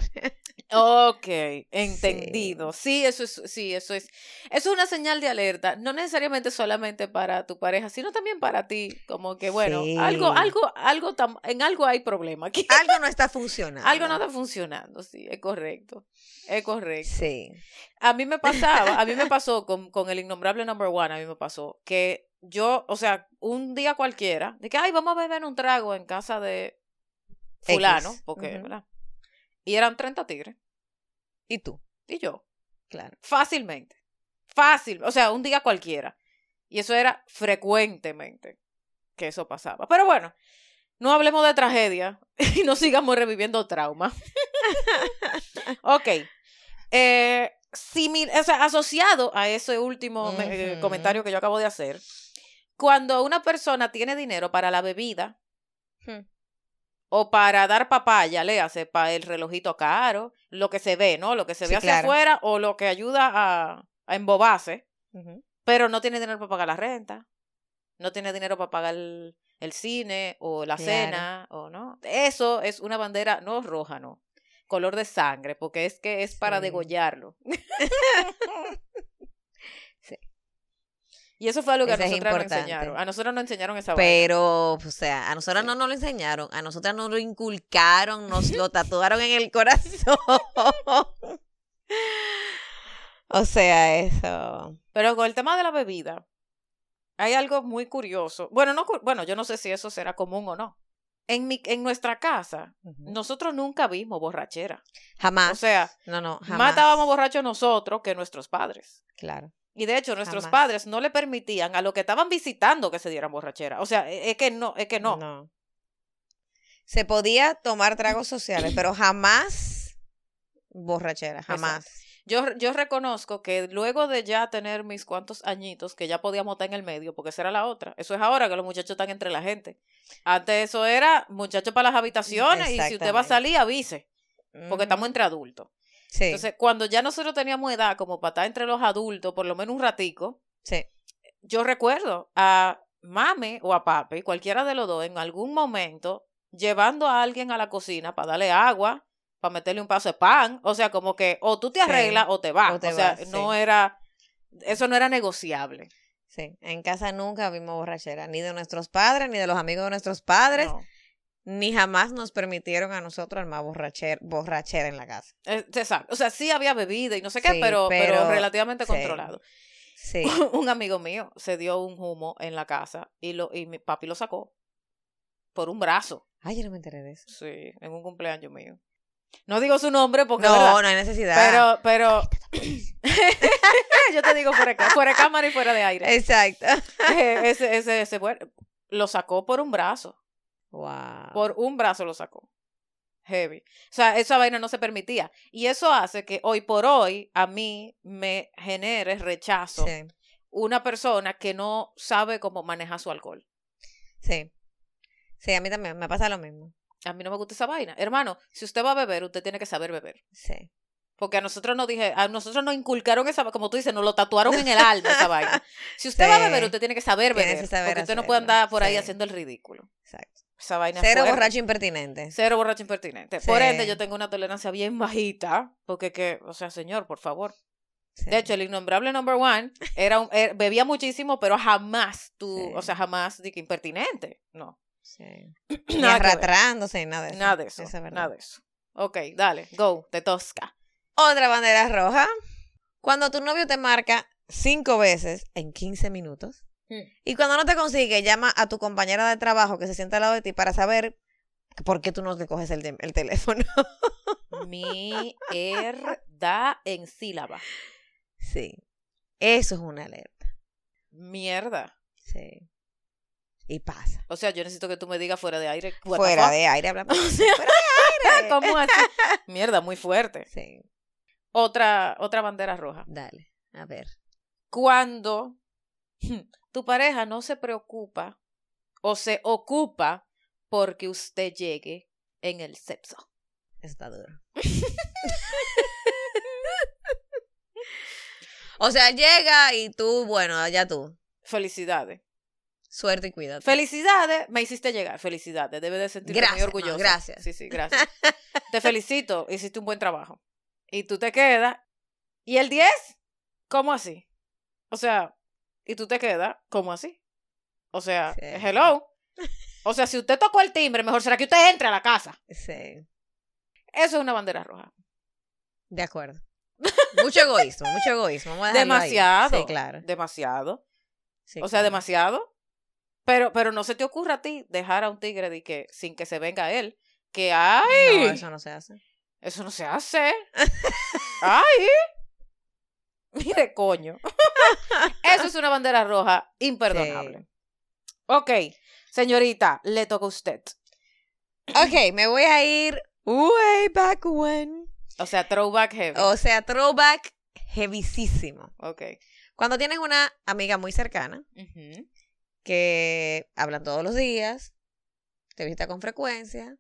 S1: Ok, entendido. Sí, eso es, sí, eso es. Eso es una señal de alerta, no necesariamente solamente para tu pareja, sino también para ti, como que bueno,
S2: Sí.
S1: algo, algo, algo, tam- en algo hay problema aquí.
S2: Algo no está funcionando.
S1: Algo no está funcionando, sí, es correcto, es correcto.
S2: Sí.
S1: A mí me pasaba, a mí me pasó con, con el innombrable number one, a mí me pasó que yo, o sea, un día cualquiera, de que, ay, vamos a beber un trago en casa de
S2: X.
S1: fulano, porque,
S2: Ujú.
S1: ¿verdad? Y eran 30 tigres,
S2: ¿Y tú?
S1: y yo,
S2: Claro.
S1: fácilmente, fácil, o sea, un día cualquiera. Y eso era frecuentemente que eso pasaba. Pero bueno, No hablemos de tragedia y no sigamos reviviendo trauma. ok. Eh, simil- o sea, asociado a ese último me- eh,
S2: Ujú.
S1: comentario que yo acabo de hacer, cuando una persona tiene dinero para la bebida
S2: Hmm.
S1: o para dar papaya, le hace para el relojito caro, lo que se ve, ¿no? Lo que se ve
S2: Sí,
S1: hacia
S2: claro.
S1: afuera o lo que ayuda a, a embobarse,
S2: Ujú.
S1: pero no tiene dinero para pagar la renta, no tiene dinero para pagar el, el cine o la
S2: Claro.
S1: cena o no. Eso es una bandera no roja, no, color de sangre, porque es que es para
S2: Sí.
S1: degollarlo.
S2: Sí.
S1: Y eso fue algo que
S2: Eso
S1: a
S2: es
S1: nosotros nos
S2: importante.
S1: enseñaron. A nosotros nos enseñaron esa vaina.
S2: Pero, o sea, a nosotras no nos lo enseñaron, a nosotras nos lo inculcaron, nos lo tatuaron en el corazón. o sea, eso.
S1: Pero con el tema de la bebida, hay algo muy curioso. Bueno, no, cu- bueno, yo no sé si eso será común o no. En, mi, en nuestra casa, nosotros nunca vimos borrachera. O
S2: Jamás.
S1: sea,
S2: no, no, jamás.
S1: más estábamos borrachos nosotros que nuestros padres.
S2: Claro.
S1: Y de hecho, nuestros
S2: Jamás.
S1: padres no le permitían a los que estaban visitando que se dieran borrachera. O sea, e- es que no, es que no.
S2: Se podía tomar tragos sociales, pero jamás borrachera, jamás.
S1: Yo, yo reconozco que luego de ya tener mis cuantos añitos, que ya podíamos estar en el medio, porque esa era la otra. Eso es ahora que los muchachos están entre la gente. Antes eso era muchachos para las habitaciones y si usted va a
S2: Exactamente.
S1: salir, avise,
S2: Mm,
S1: porque estamos entre adultos.
S2: Sí,
S1: Entonces, cuando ya nosotros teníamos edad como para estar entre los adultos, por lo menos un ratico,
S2: sí.
S1: yo recuerdo a mame o a papi, cualquiera de los dos, en algún momento, llevando a alguien a la cocina para darle agua, para meterle un paso de pan. O sea, como que o tú te
S2: Sí.
S1: arreglas o te vas. O,
S2: O te
S1: sea,
S2: vas,
S1: no
S2: sí.
S1: era, eso no era negociable.
S2: Sí, en casa nunca vimos borrachera, ni de nuestros padres, ni de los amigos de nuestros padres,
S1: No.
S2: ni jamás nos permitieron a nosotros armar borrachera, borrachera en la casa.
S1: Eh, Exacto. O sea, sí había bebida y no sé qué,
S2: Sí,
S1: pero, pero,
S2: pero-
S1: relativamente
S2: sí.
S1: controlado.
S2: Sí,
S1: un amigo mío se dio un humo en la casa y, lo, y mi papi lo sacó por un brazo.
S2: ay, yo no me enteré de eso.
S1: Sí, en un cumpleaños mío. No digo su nombre porque
S2: No,
S1: ¿verdad?
S2: no hay necesidad.
S1: Pero, pero. yo te digo fuera, de cá- fuera de cámara y fuera de aire.
S2: Exacto.
S1: Eh, ese, ese, ese, bueno, lo sacó por un brazo.
S2: Wow.
S1: Por un brazo lo sacó. Heavy. O sea, esa vaina no se permitía. Y eso hace que hoy por hoy a mí me genere rechazo
S2: Sí,
S1: una persona que no sabe cómo manejar su alcohol.
S2: sí. Sí, a mí también me pasa lo mismo.
S1: A mí no me gusta esa vaina. Hermano, si usted va a beber, usted tiene que saber beber.
S2: Sí.
S1: Porque a nosotros nos dije, a nosotros nos inculcaron esa, va- como tú dices, nos lo tatuaron en el alma esa vaina. Si usted va a beber,
S2: Sí.
S1: usted tiene que saber
S2: Tiene
S1: beber.
S2: que saber
S1: porque usted no puede
S2: hacerlo.
S1: andar por ahí
S2: Sí.
S1: haciendo el ridículo.
S2: Exacto.
S1: Esa vaina es
S2: Cero
S1: fuerte.
S2: borracho impertinente.
S1: Cero borracho impertinente. Por
S2: Sí.
S1: ende, yo tengo una tolerancia bien bajita. Porque que, o sea, señor, por favor.
S2: Sí.
S1: De hecho, el innombrable number one era un- eh, bebía muchísimo, pero jamás tú,
S2: Sí.
S1: o sea, jamás de que impertinente. No.
S2: Sí. Ni
S1: Nada, que ver.
S2: arrastrándose ni nada de eso.
S1: nada de eso.
S2: Eso es verdad.
S1: nada de eso. Ok, dale, go, te tosca.
S2: Otra bandera roja. Cuando tu novio te marca cinco veces en 15 minutos.
S1: Mm.
S2: Y cuando no te consigue, llama a tu compañera de trabajo que se sienta al lado de ti para saber por qué tú no te coges el, de- el teléfono.
S1: Mi herda en sílaba.
S2: Sí. Eso es una alerta.
S1: Mierda.
S2: Sí. Y pasa.
S1: O sea, yo necesito que tú me digas fuera de aire. what the
S2: Fuera
S1: fuck.
S2: de aire, hablamos.
S1: O sea,
S2: Fuera de aire.
S1: ¿Cómo así? Mierda, muy fuerte.
S2: Sí.
S1: Otra, otra bandera roja.
S2: Dale. A ver.
S1: Cuando tu pareja no se preocupa o se ocupa porque usted llegue en el sexo.
S2: Eso está duro. o sea, llega y tú, bueno, allá tú.
S1: Felicidades.
S2: Suerte y cuídate.
S1: Felicidades, me hiciste llegar. Felicidades, debe de sentirme
S2: Gracias,
S1: muy
S2: no,
S1: orgulloso.
S2: gracias.
S1: Sí, sí, gracias. te felicito, hiciste un buen trabajo. Y tú te quedas. ¿Y el 10? ¿Cómo así? O sea, y tú te quedas, ¿cómo así? O sea,
S2: Sí.
S1: hello. O sea, si usted tocó el timbre, mejor será que usted entre a la casa.
S2: Sí,
S1: Eso es una bandera roja.
S2: de acuerdo. Mucho egoísmo, mucho egoísmo. Vamos a dejarlo ahí.
S1: Demasiado.
S2: Sí, claro.
S1: Demasiado.
S2: sí,
S1: o sea,
S2: claro.
S1: demasiado. Pero, pero no se te ocurra a ti dejar a un tigre de que, sin que se venga él. Que ay.
S2: No, eso no se hace.
S1: Eso no se hace. ¡Ay! Mire, coño. Eso es una Ah. bandera roja imperdonable. Ok, señorita, le toca a usted.
S2: Ok, me voy a ir way back when.
S1: O sea, throwback heavy.
S2: O sea, throwback heavyísimo.
S1: Ok.
S2: Cuando tienes una amiga muy cercana
S1: Ujú.
S2: que hablan todos los días, te visita con frecuencia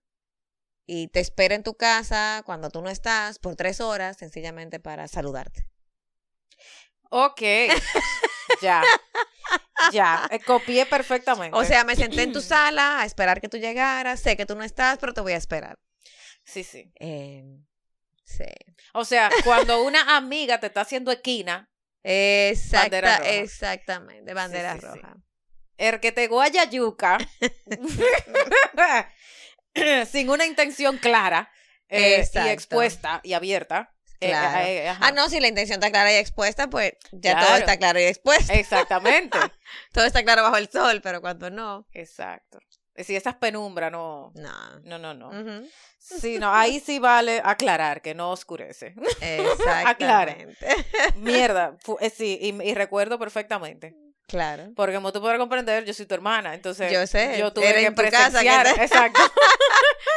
S2: y te espera en tu casa cuando tú no estás por tres horas sencillamente para saludarte.
S1: Ok. ya. Ya. Eh, Copié perfectamente.
S2: O sea, me senté en tu sala a esperar que tú llegaras. Sé que tú no estás, pero te voy a esperar.
S1: Sí, sí.
S2: Eh, sí.
S1: O sea, cuando una amiga te está haciendo esquina,
S2: Exacta,
S1: Bandera roja.
S2: Exactamente, bandera
S1: sí, sí.
S2: roja.
S1: el que te guaya yuca, sin una intención clara eh, y
S2: Exacto.
S1: expuesta y abierta. eh,
S2: Claro.
S1: eh, eh, ajá.
S2: Ah, no, si la intención está clara y expuesta, pues ya todo
S1: Claro. Eh.
S2: está claro y expuesto.
S1: Exactamente.
S2: Todo está claro bajo el sol, pero cuando no,
S1: Exacto. Si esas penumbras no.
S2: no.
S1: No, no, no.
S2: Ujú.
S1: Sí, no, ahí sí vale aclarar que no oscurece.
S2: Exactamente.
S1: Mierda. fu- eh, sí, y, y recuerdo perfectamente.
S2: Claro.
S1: Porque como tú podrás comprender, yo soy tu hermana. Entonces,
S2: Yo sé,
S1: Yo tuve
S2: era
S1: que
S2: en tu casa que
S1: presenciar.
S2: te-
S1: Exacto.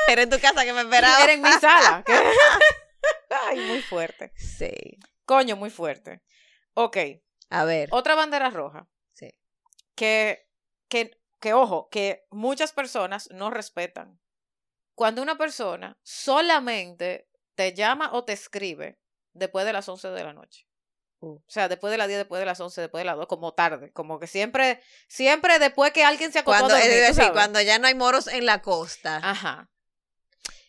S2: Era en tu casa que me esperaba.
S1: Era en mi sala. que- Ay, muy fuerte.
S2: Sí.
S1: Coño, muy fuerte. Ok.
S2: A ver.
S1: Otra bandera roja.
S2: Sí.
S1: Que, que, que, ojo, que muchas personas no respetan. Cuando una persona solamente te llama o te escribe después de las 11 de la noche.
S2: Uh.
S1: O sea, después de las 10, después de las 11, después de las 2, como tarde. Como que siempre, siempre después que alguien se acostó
S2: Cuando,
S1: a
S2: es
S1: dormir, tú
S2: decir,
S1: sabes.
S2: cuando ya no hay moros en la costa.
S1: Ajá.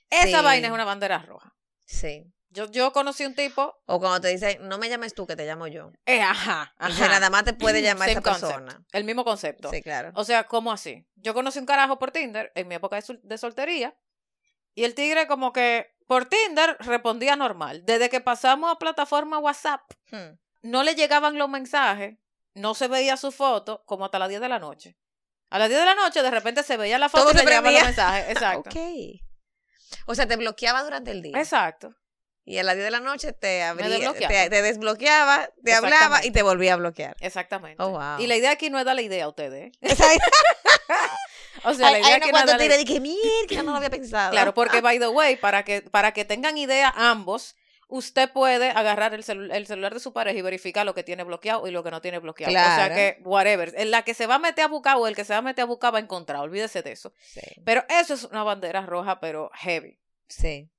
S1: Esa
S2: Sí.
S1: vaina es una bandera roja.
S2: Sí.
S1: Yo, yo conocí un tipo,
S2: O cuando te dicen, no me llames tú, que te llamo yo.
S1: eh, ajá,
S2: Y
S1: ajá.
S2: que nada más te puede llamar
S1: Same
S2: esa
S1: concept.
S2: persona.
S1: El mismo concepto.
S2: Sí, claro.
S1: O sea, ¿cómo así? Yo conocí un carajo por Tinder en mi época de, sol- de soltería y el tigre como que por Tinder respondía normal. Desde que pasamos a plataforma WhatsApp,
S2: Hmm.
S1: no le llegaban los mensajes, no se veía su foto como hasta las 10 de la noche. A las 10 de la noche de repente se veía la foto
S2: Todo
S1: y
S2: se
S1: se llegaban los
S2: prendía.
S1: mensajes. Exacto.
S2: Ok. O sea, te bloqueaba durante el día.
S1: Exacto.
S2: Y a las 10 de la noche te abría,
S1: desbloqueaba.
S2: te, te desbloqueaba, te hablaba y te volvía a bloquear.
S1: Exactamente.
S2: Oh, wow.
S1: Y la idea aquí no es darle idea a ustedes. ¿eh? O sea, la
S2: Hay
S1: idea
S2: hay
S1: aquí no es
S2: una cuando
S1: darle-
S2: tira dije, mir, que yo no lo había pensado.
S1: Claro, porque by the way, para que, para que tengan idea ambos, usted puede agarrar el, celu- el celular de su pareja y verificar lo que tiene bloqueado y lo que no tiene bloqueado. O sea
S2: Claro.
S1: que, whatever. En La que se va a meter a buscar o el que se va a meter a buscar va a encontrar, olvídese de eso.
S2: Sí,
S1: Pero eso es una bandera roja, pero heavy.
S2: sí.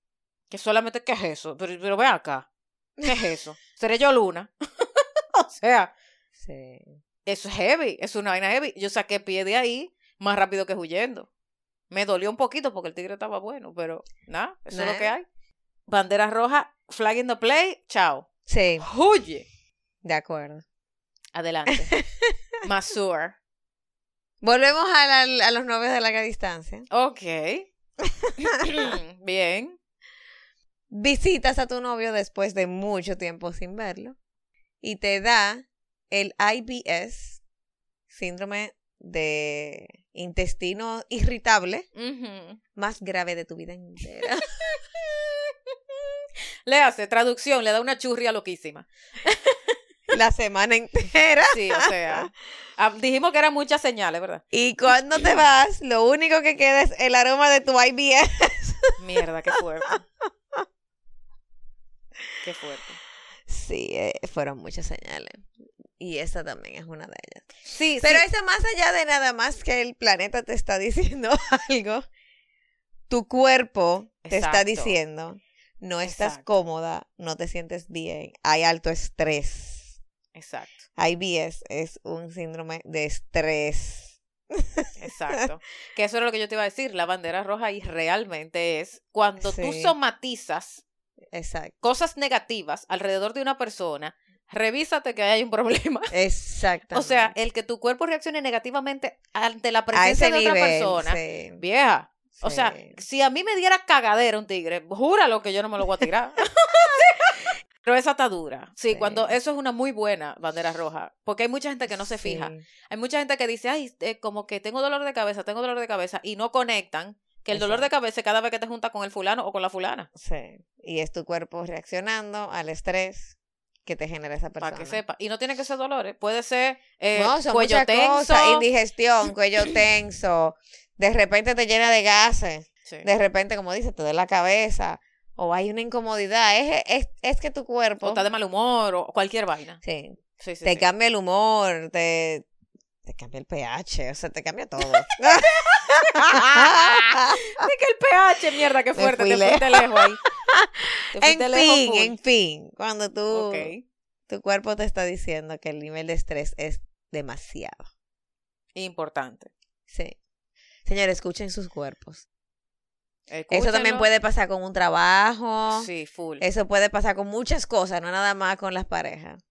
S1: Que solamente, ¿qué es eso? Pero, pero ve acá. ¿Qué es eso? ¿Seré yo luna? o sea,
S2: sí.
S1: eso es heavy, es una vaina heavy. Yo saqué pie de ahí más rápido que huyendo. Me dolió un poquito porque el tigre estaba bueno, pero nada, eso es lo
S2: Nah.
S1: que hay. Bandera roja, flag in the play, chao.
S2: Sí,
S1: Huye.
S2: de acuerdo.
S1: Adelante. Masur.
S2: Volvemos a, la- a los novios de larga distancia.
S1: Ok. Bien.
S2: Visitas a tu novio después de mucho tiempo sin verlo y te da el IBS, síndrome de intestino irritable,
S1: Ujú.
S2: más grave de tu vida entera.
S1: Le hace traducción, le da una churria loquísima.
S2: la semana entera.
S1: Sí, o sea. ah, Dijimos que eran muchas señales, ¿verdad?
S2: Y cuando te vas, lo único que queda es el aroma de tu IBS.
S1: Mierda, qué fuerte. Qué fuerte.
S2: Sí, eh, fueron muchas señales. Y esa también es una de ellas.
S1: Sí,
S2: Pero
S1: sí.
S2: esa más allá de nada más que el planeta te está diciendo algo, tu cuerpo te está
S1: Exacto.
S2: diciendo, no estás
S1: Exacto.
S2: cómoda, no te sientes bien, hay alto estrés.
S1: Exacto,
S2: IBS es un síndrome de estrés.
S1: exacto. que eso era lo que yo te iba a decir. La bandera roja ahí realmente es cuando tú
S2: Sí.
S1: somatizas
S2: Exacto.
S1: cosas negativas alrededor de una persona, revísate que ahí hay un problema.
S2: Exactamente.
S1: O sea, el que tu cuerpo reaccione negativamente ante la
S2: a
S1: presencia
S2: ese
S1: de
S2: nivel.
S1: otra persona,
S2: sí,
S1: vieja. O sea,
S2: sí.
S1: si a mí me diera cagadera un tigre, júralo que yo no me lo voy a tirar. Pero esa atadura. Sí,
S2: Sí.
S1: cuando eso es una muy buena bandera roja, porque hay mucha gente que no se fija.
S2: Sí,
S1: Hay mucha gente que dice, ay, eh, como que tengo dolor de cabeza, tengo dolor de cabeza, y no conectan que el dolor de cabeza es cada vez que te juntas con el fulano o con la fulana.
S2: sí. Y es tu cuerpo reaccionando al estrés que te genera esa persona.
S1: Para que sepa. Y no tiene que ser dolores, puede ser eh,
S2: no, son
S1: cuello
S2: muchas
S1: tenso.
S2: cosas. Indigestión, cuello tenso. De repente te llena de gases.
S1: Sí.
S2: De repente, como dice, te duele la cabeza o hay una incomodidad. Es, es, es que tu
S1: O
S2: cuerpo
S1: estás de mal humor o cualquier vaina.
S2: sí,
S1: Sí, sí,
S2: te
S1: sí.
S2: cambia el humor, te, te cambia el pH, o sea, te cambia todo.
S1: Ay, que el pH, mierda, qué
S2: Me
S1: fuerte.
S2: fui
S1: Te
S2: lejos.
S1: fuiste lejos ahí. Te
S2: en
S1: fuiste lejos
S2: fin,
S1: full.
S2: en fin, cuando tú,
S1: Ok.
S2: tu cuerpo te está diciendo que el nivel de estrés es demasiado.
S1: Importante.
S2: Sí. Señores, escuchen sus cuerpos. Eso también Eh.
S1: Escúchenlo.
S2: puede pasar con un trabajo.
S1: Sí, full.
S2: Eso puede pasar con muchas cosas, no nada más con las parejas.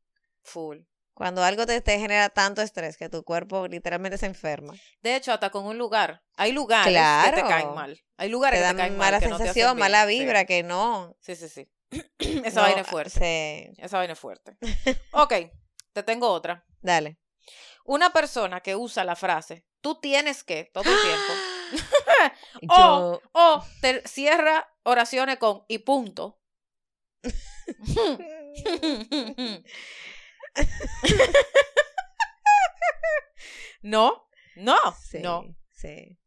S1: Full.
S2: Cuando algo te, te genera tanto estrés que tu cuerpo literalmente se enferma.
S1: De hecho, hasta con un lugar. Hay lugares que te
S2: Claro.
S1: caen mal. Hay lugares
S2: Te
S1: que
S2: da
S1: te caen
S2: mala
S1: mal. que no te hacen
S2: sensación,
S1: bien.
S2: mala
S1: Sí.
S2: vibra, que no.
S1: Sí, sí, sí. Esa
S2: no, ah,
S1: vaina es fuerte.
S2: se-
S1: Esa vaina es fuerte. Ok, te tengo otra.
S2: Dale.
S1: Una persona que usa la frase, tú tienes que, todo el tiempo,
S2: Yo-
S1: o te cierra oraciones con y punto. no, no,
S2: Sí,
S1: no.
S2: sí.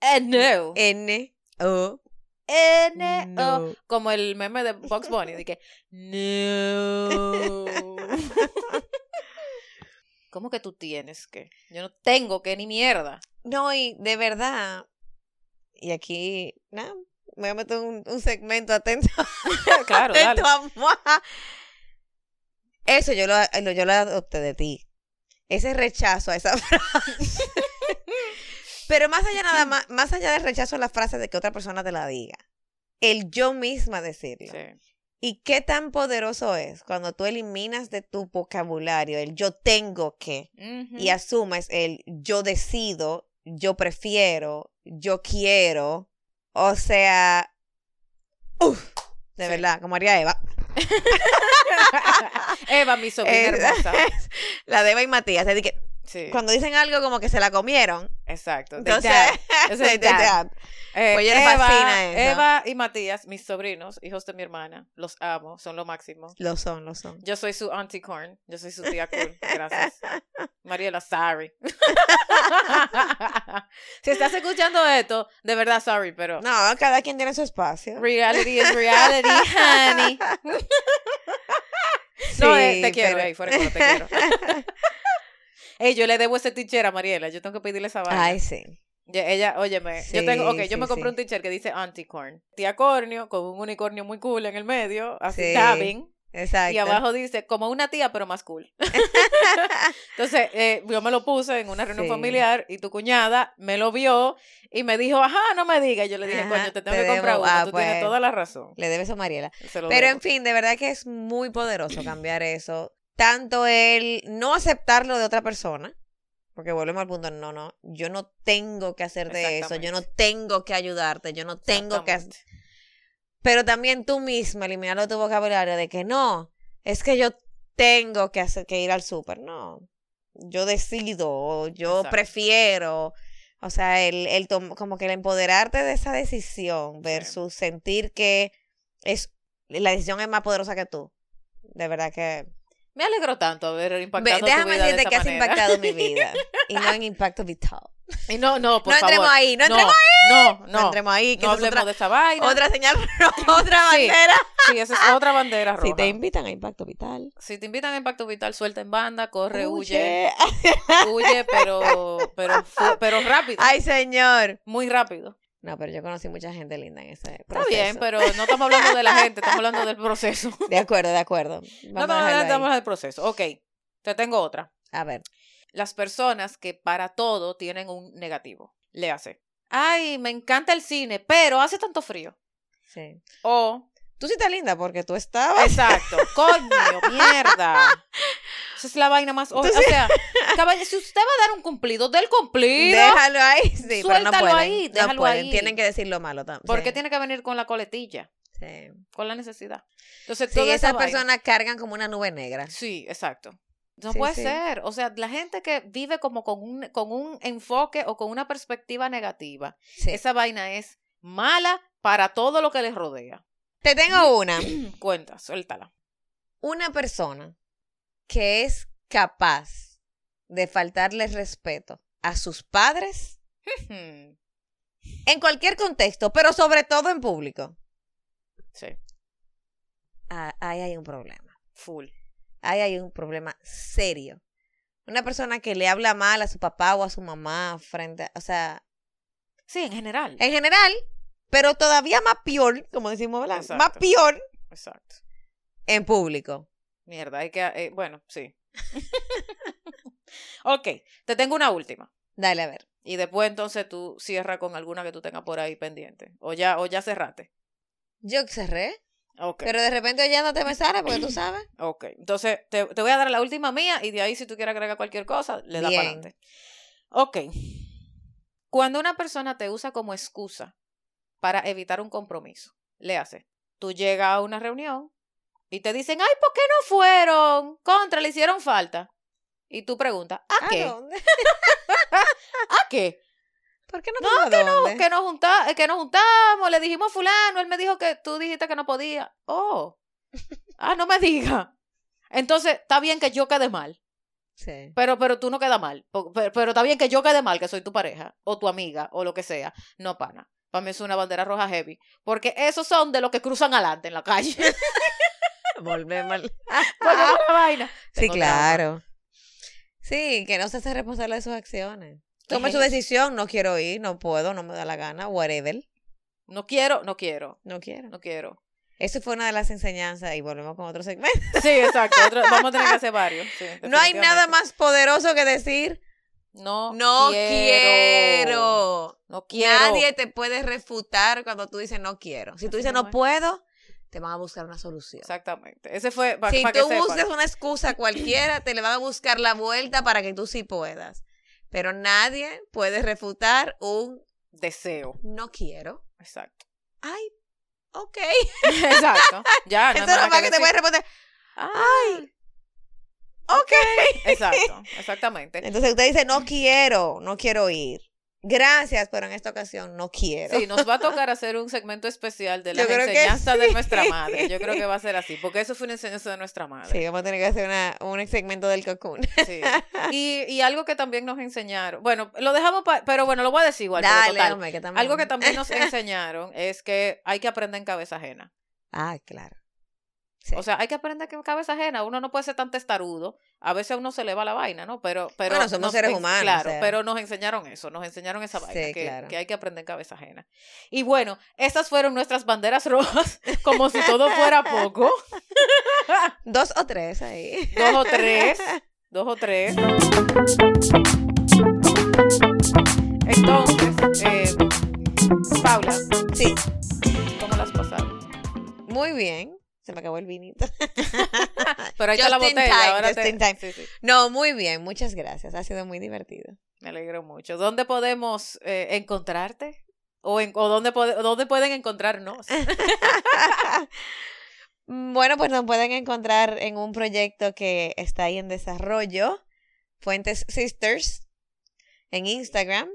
S1: Eh, no.
S2: N. O.
S1: Eh, no.
S2: No.
S1: Como el meme de Box Bunny, de que, no. ¿Cómo que tú tienes que? Yo no tengo que ni mierda.
S2: No, y de verdad. Y aquí, nada, me voy a meter un, un segmento atento,
S1: claro, dale.
S2: atento a moi. Eso yo lo, lo- yo lo adopté de ti. Ese rechazo a esa frase. Pero más allá nada más, más allá del rechazo a la frase de que otra persona te la diga. El yo misma decirlo.
S1: Sí.
S2: ¿Y qué tan poderoso es cuando tú eliminas de tu vocabulario el yo tengo que?
S1: Ujú.
S2: y asumes el yo decido, yo prefiero, yo quiero, o sea, uf, de
S1: Sí.
S2: verdad, como haría Eva,
S1: Eva, mi sobrina
S2: Eh,
S1: hermosa.
S2: la de Eva y Matías, así que
S1: Sí,
S2: cuando dicen algo como que se la comieron,
S1: exacto. They
S2: entonces,
S1: dab. Eso es
S2: they
S1: dab.
S2: dab.
S1: Eh,
S2: Pues yo le
S1: Eva,
S2: fascina eso.
S1: Eva y Matías, mis sobrinos, hijos de mi hermana, los amo, son lo máximo.
S2: lo son, lo son.
S1: Yo soy su auntie corn, yo soy su tía cool, gracias. Mariela, sorry. si estás escuchando esto, de verdad, sorry, pero
S2: No, cada quien tiene su espacio.
S1: reality is reality, honey. no, eh, te
S2: Sí,
S1: quiero,
S2: pero-
S1: ey, fuera de coro, te quiero. Ey, yo le debo ese tichera a Mariela, yo tengo que pedirle esa vaina.
S2: Ay, sí.
S1: Ya, ella, óyeme, yo tengo, ok,
S2: Sí,
S1: yo me
S2: sí,
S1: compré
S2: sí.
S1: un t-shirt que dice anticorn. Tía cornio, con un unicornio muy cool en el medio, así
S2: Sí,
S1: dabbing,
S2: Exacto.
S1: y abajo dice como una tía pero más cool. Entonces, eh, yo me lo puse en una reunión
S2: Sí.
S1: familiar y tu cuñada me lo vio y me dijo, ajá, no me digas. Yo le dije,
S2: Ajá,
S1: coño, te tengo
S2: te
S1: que comprar
S2: debo-
S1: uno,
S2: ah,
S1: tú
S2: pues.
S1: tienes toda la razón.
S2: Le debes a Mariela.
S1: Se lo
S2: Pero
S1: debo.
S2: en fin, de verdad que es muy poderoso cambiar eso. Tanto el no aceptarlo de otra persona, porque volvemos al punto, no, no, yo no tengo que hacerte eso, yo no tengo que ayudarte, yo no tengo que... hac-
S1: Exactamente.
S2: Pero también tú misma eliminarlo de tu vocabulario de que no, es que yo tengo que, hacer, que ir al súper, no, yo decido, o yo
S1: Exacto.
S2: prefiero. O sea, el, el tom- como que el empoderarte de esa decisión versus sentir que es la decisión es más poderosa que tú. De verdad que...
S1: Me alegró tanto haber
S2: Ve-
S1: impactado tu
S2: déjame
S1: vida de
S2: decirte
S1: esa
S2: que has
S1: manera.
S2: impactado mi vida. Y no en impacto vital.
S1: Y no, no, por
S2: no
S1: favor.
S2: entremos ahí, no entremos
S1: no, no,
S2: ahí.
S1: no,
S2: entremos ahí, que
S1: no
S2: esa es
S1: hablemos
S2: otra,
S1: de esa vaina.
S2: otra señal, roja, otra
S1: Sí.
S2: bandera.
S1: Sí, esa es otra bandera roja.
S2: Si te invitan a impacto vital.
S1: si te invitan a Impacto Vital, suelta en banda, corre, huye,
S2: huye.
S1: huye, pero, pero, fu- pero rápido,
S2: Ay, señor.
S1: muy rápido.
S2: No, pero yo conocí mucha gente linda en ese
S1: Está
S2: proceso.
S1: bien, pero no estamos hablando de la gente, estamos hablando del proceso.
S2: De acuerdo, de acuerdo.
S1: no
S2: Vamos
S1: estamos
S2: a,
S1: hablando,
S2: dejarlo ahí.
S1: estamos hablando del proceso. Ok, te tengo otra.
S2: a ver.
S1: Las personas que para todo tienen un negativo. Le hace. Ay, me encanta el cine, pero hace tanto frío.
S2: Sí.
S1: O,
S2: Tú sí estás linda porque tú estabas...
S1: exacto, coño, mierda. Esa es la vaina más. O, o sea, caballero, si usted va a dar un cumplido, del cumplido.
S2: Déjalo ahí. Sí, pero no
S1: Suéltalo
S2: pueden.
S1: ahí, déjalo
S2: no pueden.
S1: ahí.
S2: Tienen que decir lo malo también.
S1: Porque tiene que venir con la coletilla,
S2: Sí.
S1: con la necesidad. Entonces,
S2: Sí,
S1: toda esa
S2: esas
S1: vaina-
S2: personas cargan como una nube negra.
S1: Sí, exacto. No
S2: Sí,
S1: puede
S2: sí.
S1: ser. O sea, la gente que vive como con un, con un enfoque o con una perspectiva negativa,
S2: Sí.
S1: esa vaina es mala para todo lo que les rodea.
S2: Te tengo una.
S1: Cuenta, suéltala.
S2: Una persona que es capaz de faltarles respeto a sus padres,
S1: Hmm.
S2: En cualquier contexto, pero sobre todo en público.
S1: Sí,
S2: Ah, ahí hay un problema.
S1: full.
S2: Ahí hay un problema serio. Una persona que le habla mal a su papá o a su mamá frente a, o sea,
S1: Sí, en general.
S2: en general, pero todavía más peor, como decimos, ¿verdad? Más
S1: Exacto.
S2: peor
S1: Exacto.
S2: en público.
S1: Mierda, hay que... eh, bueno, sí. ok, te tengo una última.
S2: Dale, a ver.
S1: Y después entonces tú cierra con alguna que tú tengas por ahí pendiente. O ya, o ya cerraste.
S2: Yo cerré,
S1: Ok,
S2: pero de repente ya no te me sale porque tú sabes.
S1: ok. Entonces te, te voy a dar la última mía y de ahí si tú quieres agregar cualquier cosa, le das
S2: Bien.
S1: para adelante. Ok. Cuando una persona te usa como excusa para evitar un compromiso, le hace, tú llegas a una reunión y te dicen, ay, ¿por qué no fueron? Contra, le hicieron falta. Y tú preguntas, ¿a qué?
S2: ¿A dónde?
S1: ¿A qué?
S2: ¿Por qué no te digo a dónde?
S1: que nos, junta, eh, que nos juntamos, le dijimos a fulano, él me dijo que tú dijiste que no podía. Oh, ah, no me diga. Entonces, está bien que yo quede mal,
S2: Sí.
S1: pero, pero tú no quedas mal. Po- Pero, pero está bien que yo quede mal, que soy tu pareja, o tu amiga, o lo que sea. No, pana. Para mí es una bandera roja heavy. Porque esos son de los que cruzan adelante en la calle.
S2: Volvemos al-
S1: Coño, una vaina.
S2: Sí,
S1: Tengo otra
S2: claro. Sí, que no se hace responsable de sus acciones. Tome su
S1: Ejé.
S2: decisión, no quiero ir, no puedo, no me da la gana, whatever,
S1: No quiero, no quiero,
S2: no quiero.
S1: no quiero.
S2: Eso fue una de las enseñanzas y volvemos con otro segmento.
S1: Sí, exacto. otro- vamos a tener que hacer varios. sí,
S2: No hay nada
S1: definitivamente.
S2: más poderoso que decir,
S1: No,
S2: no
S1: quiero.
S2: quiero.
S1: No quiero.
S2: Nadie te puede refutar cuando tú dices no quiero. Si tú
S1: Así
S2: dices
S1: mismo
S2: no
S1: es.
S2: puedo, te van a buscar una solución.
S1: Exactamente. Ese fue para
S2: Si
S1: que
S2: tú
S1: sepan.
S2: buscas una excusa cualquiera, te le van a buscar la vuelta para que tú sí puedas. Pero nadie puede refutar un
S1: deseo.
S2: no quiero.
S1: Exacto.
S2: Ay, ok.
S1: Exacto. Ya, no hay
S2: Eso es lo
S1: nada
S2: más que te
S1: decir.
S2: voy a responder. Ay, ok.
S1: Exacto, exactamente.
S2: Entonces usted dice, no quiero, no quiero ir. Gracias, pero en esta ocasión no quiero.
S1: Sí, nos va a tocar hacer un segmento especial de
S2: Yo
S1: las
S2: creo que
S1: enseñanzas de
S2: sí.
S1: nuestra madre. Yo creo que va a ser así, porque eso fue una enseñanza de nuestra madre.
S2: Sí, vamos a tener que hacer una- un segmento del cocoon.
S1: Sí. Y, y algo que también nos enseñaron. Bueno, lo dejamos, pa- pero bueno, lo voy a decir igual. porque total,
S2: hombre, que estamos-
S1: algo que también nos enseñaron es que hay que aprender en cabeza ajena.
S2: Ah, claro. Este.
S1: O sea, hay que aprender que en cabeza ajena. Uno no puede ser tan testarudo. A veces a uno se le va la vaina, ¿no? Pero, pero
S2: Bueno, somos
S1: nos
S2: seres
S1: en-
S2: humanos,
S1: Claro,
S2: o sea.
S1: pero nos enseñaron eso, nos enseñaron esa vaina,
S2: Sí,
S1: que,
S2: claro.
S1: que hay que aprender en cabeza ajena. Y bueno, estas fueron nuestras banderas rojas, como si todo fuera poco.
S2: Dos o tres ahí.
S1: Dos o tres. Dos o tres. Entonces, eh, Paula,
S2: Sí.
S1: ¿cómo las pasaron?
S2: Muy bien. Se me acabó el vinito.
S1: Pero ahí está
S2: Just
S1: la
S2: in
S1: botella.
S2: time,
S1: ahora
S2: just
S1: te-
S2: in time.
S1: Sí, sí.
S2: No, muy bien. Muchas gracias. Ha sido muy divertido.
S1: Me alegro mucho. ¿Dónde podemos eh, encontrarte? ¿O, en- o dónde, pode- o dónde pueden encontrarnos?
S2: Ah. Mm, Bueno, pues nos pueden encontrar en un proyecto que está ahí en desarrollo, Fuentes Sisters, en Instagram.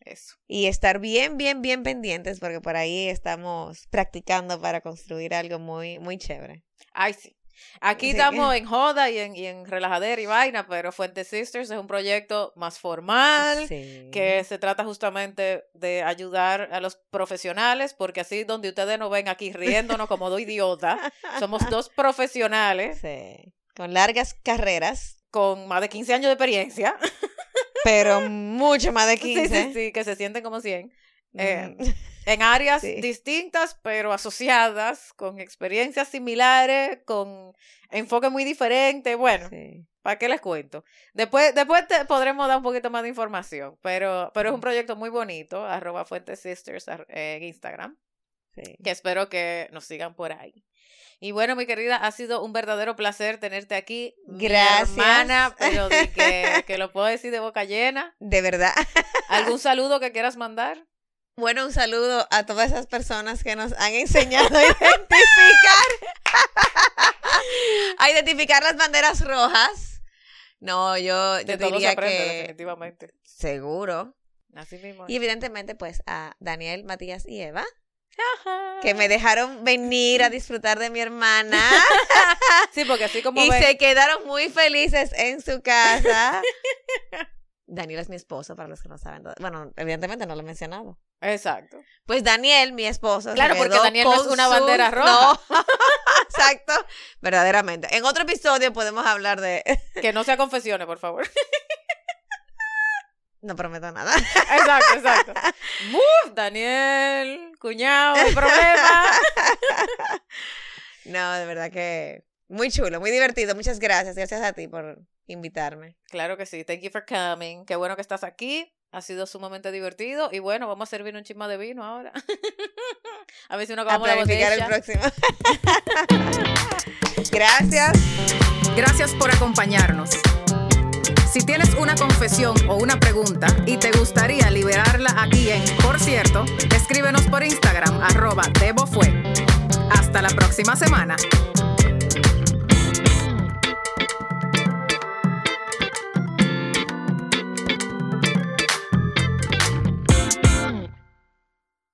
S1: Eso.
S2: Y estar bien, bien, bien pendientes porque por ahí estamos practicando para construir algo muy, muy chévere.
S1: Ay, sí. Aquí
S2: Sí. eh.
S1: estamos en joda y en, y en relajadera y vaina, pero Fuente Sisters es un proyecto más formal.
S2: Sí.
S1: que se trata justamente de ayudar a los profesionales, porque así donde ustedes nos ven aquí riéndonos como dos idiotas, somos dos profesionales
S2: Sí. Con largas carreras,
S1: con más de 15 años de experiencia,
S2: pero mucho más de 15.
S1: Sí, sí, sí, que se sienten como 100, Eh,
S2: Mm.
S1: en áreas
S2: Sí.
S1: distintas, pero asociadas, con experiencias similares, con enfoque muy diferente, bueno,
S2: Sí.
S1: ¿Para qué les cuento? Después, después te podremos dar un poquito más de información, pero, pero es un proyecto muy bonito, arroba Fuentes Sisters ar- en Instagram,
S2: Sí.
S1: que espero que nos sigan por ahí. Y bueno, mi querida, ha sido un verdadero placer tenerte aquí. Mi
S2: Gracias.
S1: hermana, pero di que, que lo puedo decir de boca llena.
S2: De verdad.
S1: ¿Algún saludo que quieras mandar?
S2: Bueno, un saludo a todas esas personas que nos han enseñado a identificar, a identificar las banderas rojas. No, yo,
S1: De
S2: yo
S1: todo se
S2: diría
S1: aprende,
S2: que
S1: definitivamente.
S2: seguro.
S1: Así mismo. es.
S2: Y evidentemente, pues a Daniel, Matías y Eva,
S1: Ajá.
S2: que me dejaron venir a disfrutar de mi hermana
S1: Sí, porque así como
S2: y
S1: ven-
S2: se quedaron muy felices en su casa. Daniel es mi esposo, para los que no saben. Bueno, evidentemente no lo he mencionado.
S1: Exacto.
S2: Pues Daniel, mi esposo. se
S1: Claro, porque
S2: quedó
S1: Daniel no es
S2: con
S1: una
S2: su-
S1: bandera roja.
S2: No. Exacto, verdaderamente. En otro episodio podemos hablar de.
S1: Que no sea confesiones, por favor.
S2: No prometo nada.
S1: Exacto, exacto. Move, Daniel, cuñado, no hay problema.
S2: No, de verdad que muy chulo, muy divertido. Muchas gracias. Gracias a ti por invitarme.
S1: Claro que sí. Thank you for coming. Qué bueno que estás aquí. Ha sido sumamente divertido. Y bueno, vamos a servir un chisma de vino ahora. a ver si nos
S2: A
S1: acabamos la
S2: planificar el
S1: botella.
S2: próximo. gracias.
S3: Gracias por acompañarnos. Si tienes una confesión o una pregunta y te gustaría liberarla aquí en Por cierto, escríbenos por Instagram arroba Debo Fue. Hasta la próxima semana.